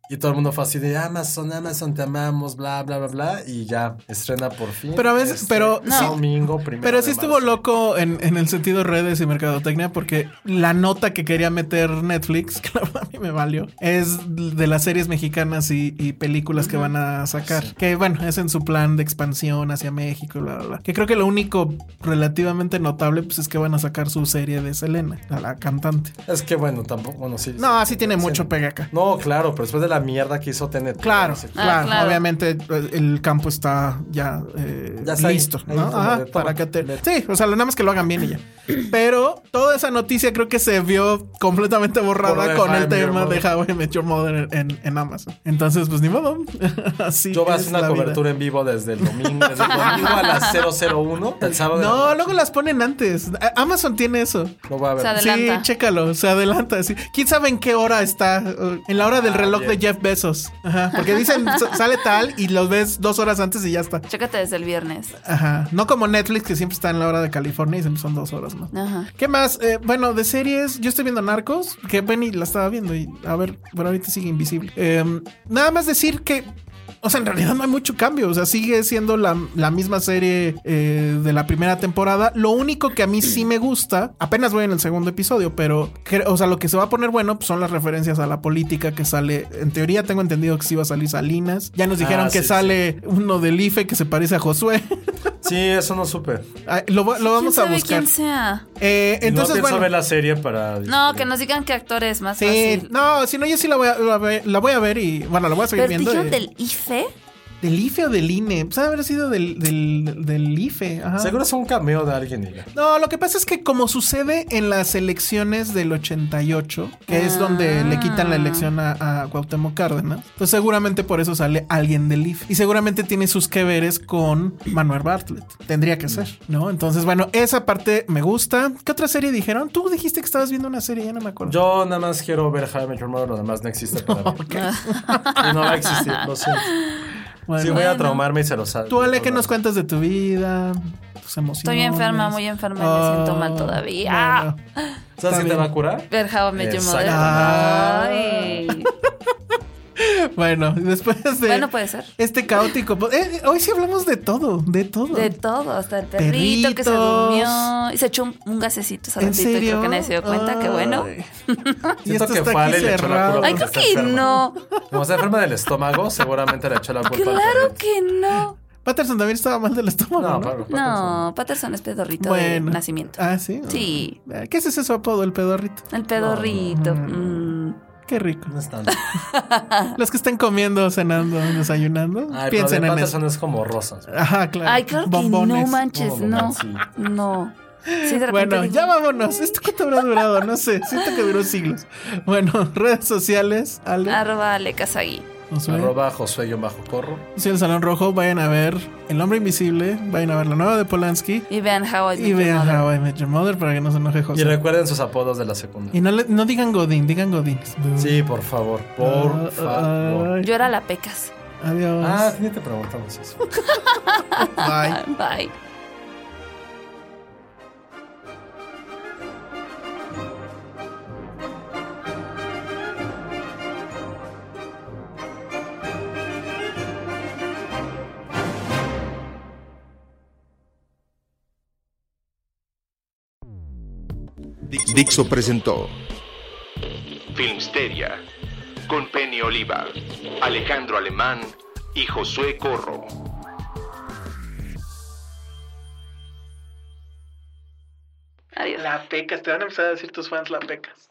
S3: Y todo el mundo fue así de Amazon, Amazon, te amamos, bla, bla, bla, bla. Y ya, estrena por fin.
S5: Pero a veces,
S3: este
S5: pero sí-
S3: Domingo primero.
S5: Pero sí
S3: de
S5: estuvo
S3: marzo.
S5: loco en, en el sentido redes y mercadotecnia porque la nota que quería meter Netflix, que la verdad a mí me valió, es de las series mexicanas y, y películas que van a sacar. Que bueno, es en su plan de expansión hacia México, bla, bla, bla. Que creo que lo único relativamente notable pues es que van a sacar su serie de Selena, la, la cantante.
S3: Es que bueno, tampoco, bueno, sí.
S5: No, así tiene mucho pega acá.
S3: No, claro, pero después de la mierda que hizo TNT.
S5: Claro,
S3: no sé qué.
S5: claro,
S6: Ah, claro.
S5: Obviamente eh, el campo está ya, eh,
S3: Ya está ahí,
S5: listo,
S3: ahí
S5: ¿no?
S3: como
S5: Ajá,
S3: de toma,
S5: para que te... Sí, o sea, nada más que lo hagan bien y ya. Pero toda esa noticia creo que se vio completamente
S3: Por lo
S5: borrada
S3: de
S5: con
S3: How I
S5: el
S3: Met Your
S5: tema de
S3: Mother.
S5: How I Met Your Mother en, en Amazon. Entonces, pues ni modo. Así
S3: Yo voy a
S5: es
S3: hacer una
S5: la vida.
S3: cobertura en vivo desde el domingo, desde el domingo a las 001. El sábado.
S5: No, luego las ponen antes. A- Amazon tiene eso.
S3: Lo voy a ver.
S6: Se adelanta.
S5: Sí, chécalo, se adelanta. Sí. ¿Quién sabe en qué hora está? Eh, En la hora del
S3: Ah,
S5: reloj
S3: bien.
S5: de Jeff Bezos. Ajá, porque dicen "S- sale tal y los ves dos horas antes y ya está.
S6: Chécate desde el viernes.
S5: Ajá. No como Netflix, que siempre está en la hora de California y siempre son dos horas más.
S6: Ajá.
S5: ¿Qué más? Eh, bueno, de series, yo estoy viendo Narcos, que Benny la estaba viendo y a ver, bueno, ahorita sigue invisible. Eh, nada más decir que. O sea, en realidad no hay mucho cambio. O sea, sigue siendo la, la misma serie eh, de la primera temporada. Lo único que a mí sí me gusta, apenas voy en el segundo episodio, pero, cre- o sea, lo que se va a poner bueno pues, son las referencias a la política que sale. En teoría, tengo entendido que sí va a salir Salinas. Ya nos dijeron
S3: Ah,
S5: que
S3: sí,
S5: sale uno del IFE que se parece a Josué.
S3: Sí, eso no supe.
S5: Ah, lo, va- lo vamos
S6: ¿Quién
S5: a
S6: sabe
S5: buscar.
S6: quién sea?
S5: Eh,
S3: no
S5: entonces,
S3: pienso
S5: bueno.
S3: ver la serie para.
S6: No, que nos digan qué actor es más
S5: Sí,
S6: fácil.
S5: no, si no, yo sí la voy, a, la, voy a- la voy a ver y bueno, la voy a seguir
S6: ¿Pero
S5: viendo.
S6: dijeron
S5: eh.
S6: del E? IFE?
S5: ¿Del IFE o del INE? Pues ha de haber sido del, del, del IFE. Ajá.
S3: Seguro es un cameo de alguien. y ya.
S5: No, lo que pasa es que como sucede en las elecciones del 88, que es donde le quitan la elección a, a Cuauhtémoc Cárdenas, pues seguramente por eso sale alguien del IF. Y seguramente tiene sus que veres con Manuel Bartlett. Tendría que ser, ¿no? Entonces, bueno, esa parte me gusta. ¿Qué otra serie dijeron? Tú dijiste que estabas viendo una serie, ya no me acuerdo.
S3: Yo nada más quiero ver Jaime Your Mother, lo demás no existe para mí. Y no va a existir, lo siento.
S5: Bueno.
S3: sí, voy a traumarme y se lo sabe.
S5: Tú, Ale, ¿qué nos cuentas de tu vida? Tus emociones.
S6: Estoy enferma, muy enferma,
S5: Ah,
S6: me siento mal todavía.
S5: bueno.
S3: ¿Sabes
S5: Está
S3: quién te
S5: bien.
S3: va a curar?
S6: Ver How I Met Your Mother.
S5: Exactamente.
S6: Ay.
S5: Bueno, después de
S6: Bueno, puede ser.
S5: este caótico. po- eh, hoy sí hablamos de todo, de todo.
S6: De todo, hasta el perrito que se
S5: Perritos.
S6: durmió y se echó un, un gasecito hace
S5: ¿En
S6: ratito y
S5: serio?
S6: creo que nadie se dio cuenta, que bueno.
S5: Ay. y
S3: Siento
S5: esto
S3: que
S5: está
S3: fue
S5: aquí
S3: Ale y le echó la
S5: cerrado.
S3: culpa.
S6: Ay,
S3: porque
S6: creo
S3: está
S6: que
S3: enferma.
S6: no.
S3: Como está enferma del estómago, seguramente le echó la culpa. al
S6: Claro
S3: perrito.
S6: que no.
S5: Patterson también estaba mal del estómago.
S3: No,
S5: No,
S3: Pablo,
S6: No, Patterson es pedorrito
S5: Bueno.
S6: de nacimiento.
S5: Ah, sí.
S6: Sí,
S5: Ah, ¿Qué es ese su apodo, el pedorrito?
S6: el pedorrito. Mm.
S5: Qué rico.
S3: No es tanto.
S5: Los que están comiendo, cenando, desayunando,
S3: Ay, pero de
S5: piensen en eso.
S3: Patterson es como rosas.
S5: Ajá, claro.
S6: Ay, claro que no
S5: Bombones.
S6: manches,
S3: No,
S6: no.
S3: sí.
S6: No. Sí, de repente
S5: Bueno,
S6: digo,
S5: ya vámonos. ¿Esto cuánto habrá durado? No sé. Siento que duró siglos. Bueno, redes sociales, Ale.
S6: Arroba Ale Casagui.
S5: Josué.
S3: Arroba Josué bajo corro.
S5: Soy el Salón Rojo. Vayan a ver El Hombre Invisible. Vayan a ver la nueva de Polanski.
S6: Y vean How I Met
S5: Y
S6: Your
S5: vean
S6: Mother.
S5: How I Met Your Mother para que no se enoje
S3: Y
S5: José.
S3: recuerden sus apodos de la secundaria.
S5: Y no, le- no digan Godín, digan Godín.
S3: Sí, por favor,
S5: Ah,
S3: por favor.
S5: Ay,
S6: Yo era la pecas.
S5: Adiós.
S3: Ah, sí, te preguntamos eso.
S5: Bye.
S6: Bye.
S2: Dixo presentó
S1: Filmsteria con Penny Oliva, Alejandro Alemán y Josué Corro.
S6: Adiós.
S8: La pecas, te van a empezar a decir tus fans la pecas.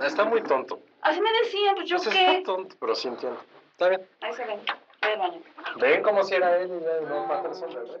S3: Está muy tonto.
S6: Así me decían, pues yo
S3: Pues
S6: qué.
S3: está tonto, pero sí entiendo. Está bien.
S6: Ahí se ven. Ve al baño.
S3: Ven como si era él y no Patterson, ¿verdad?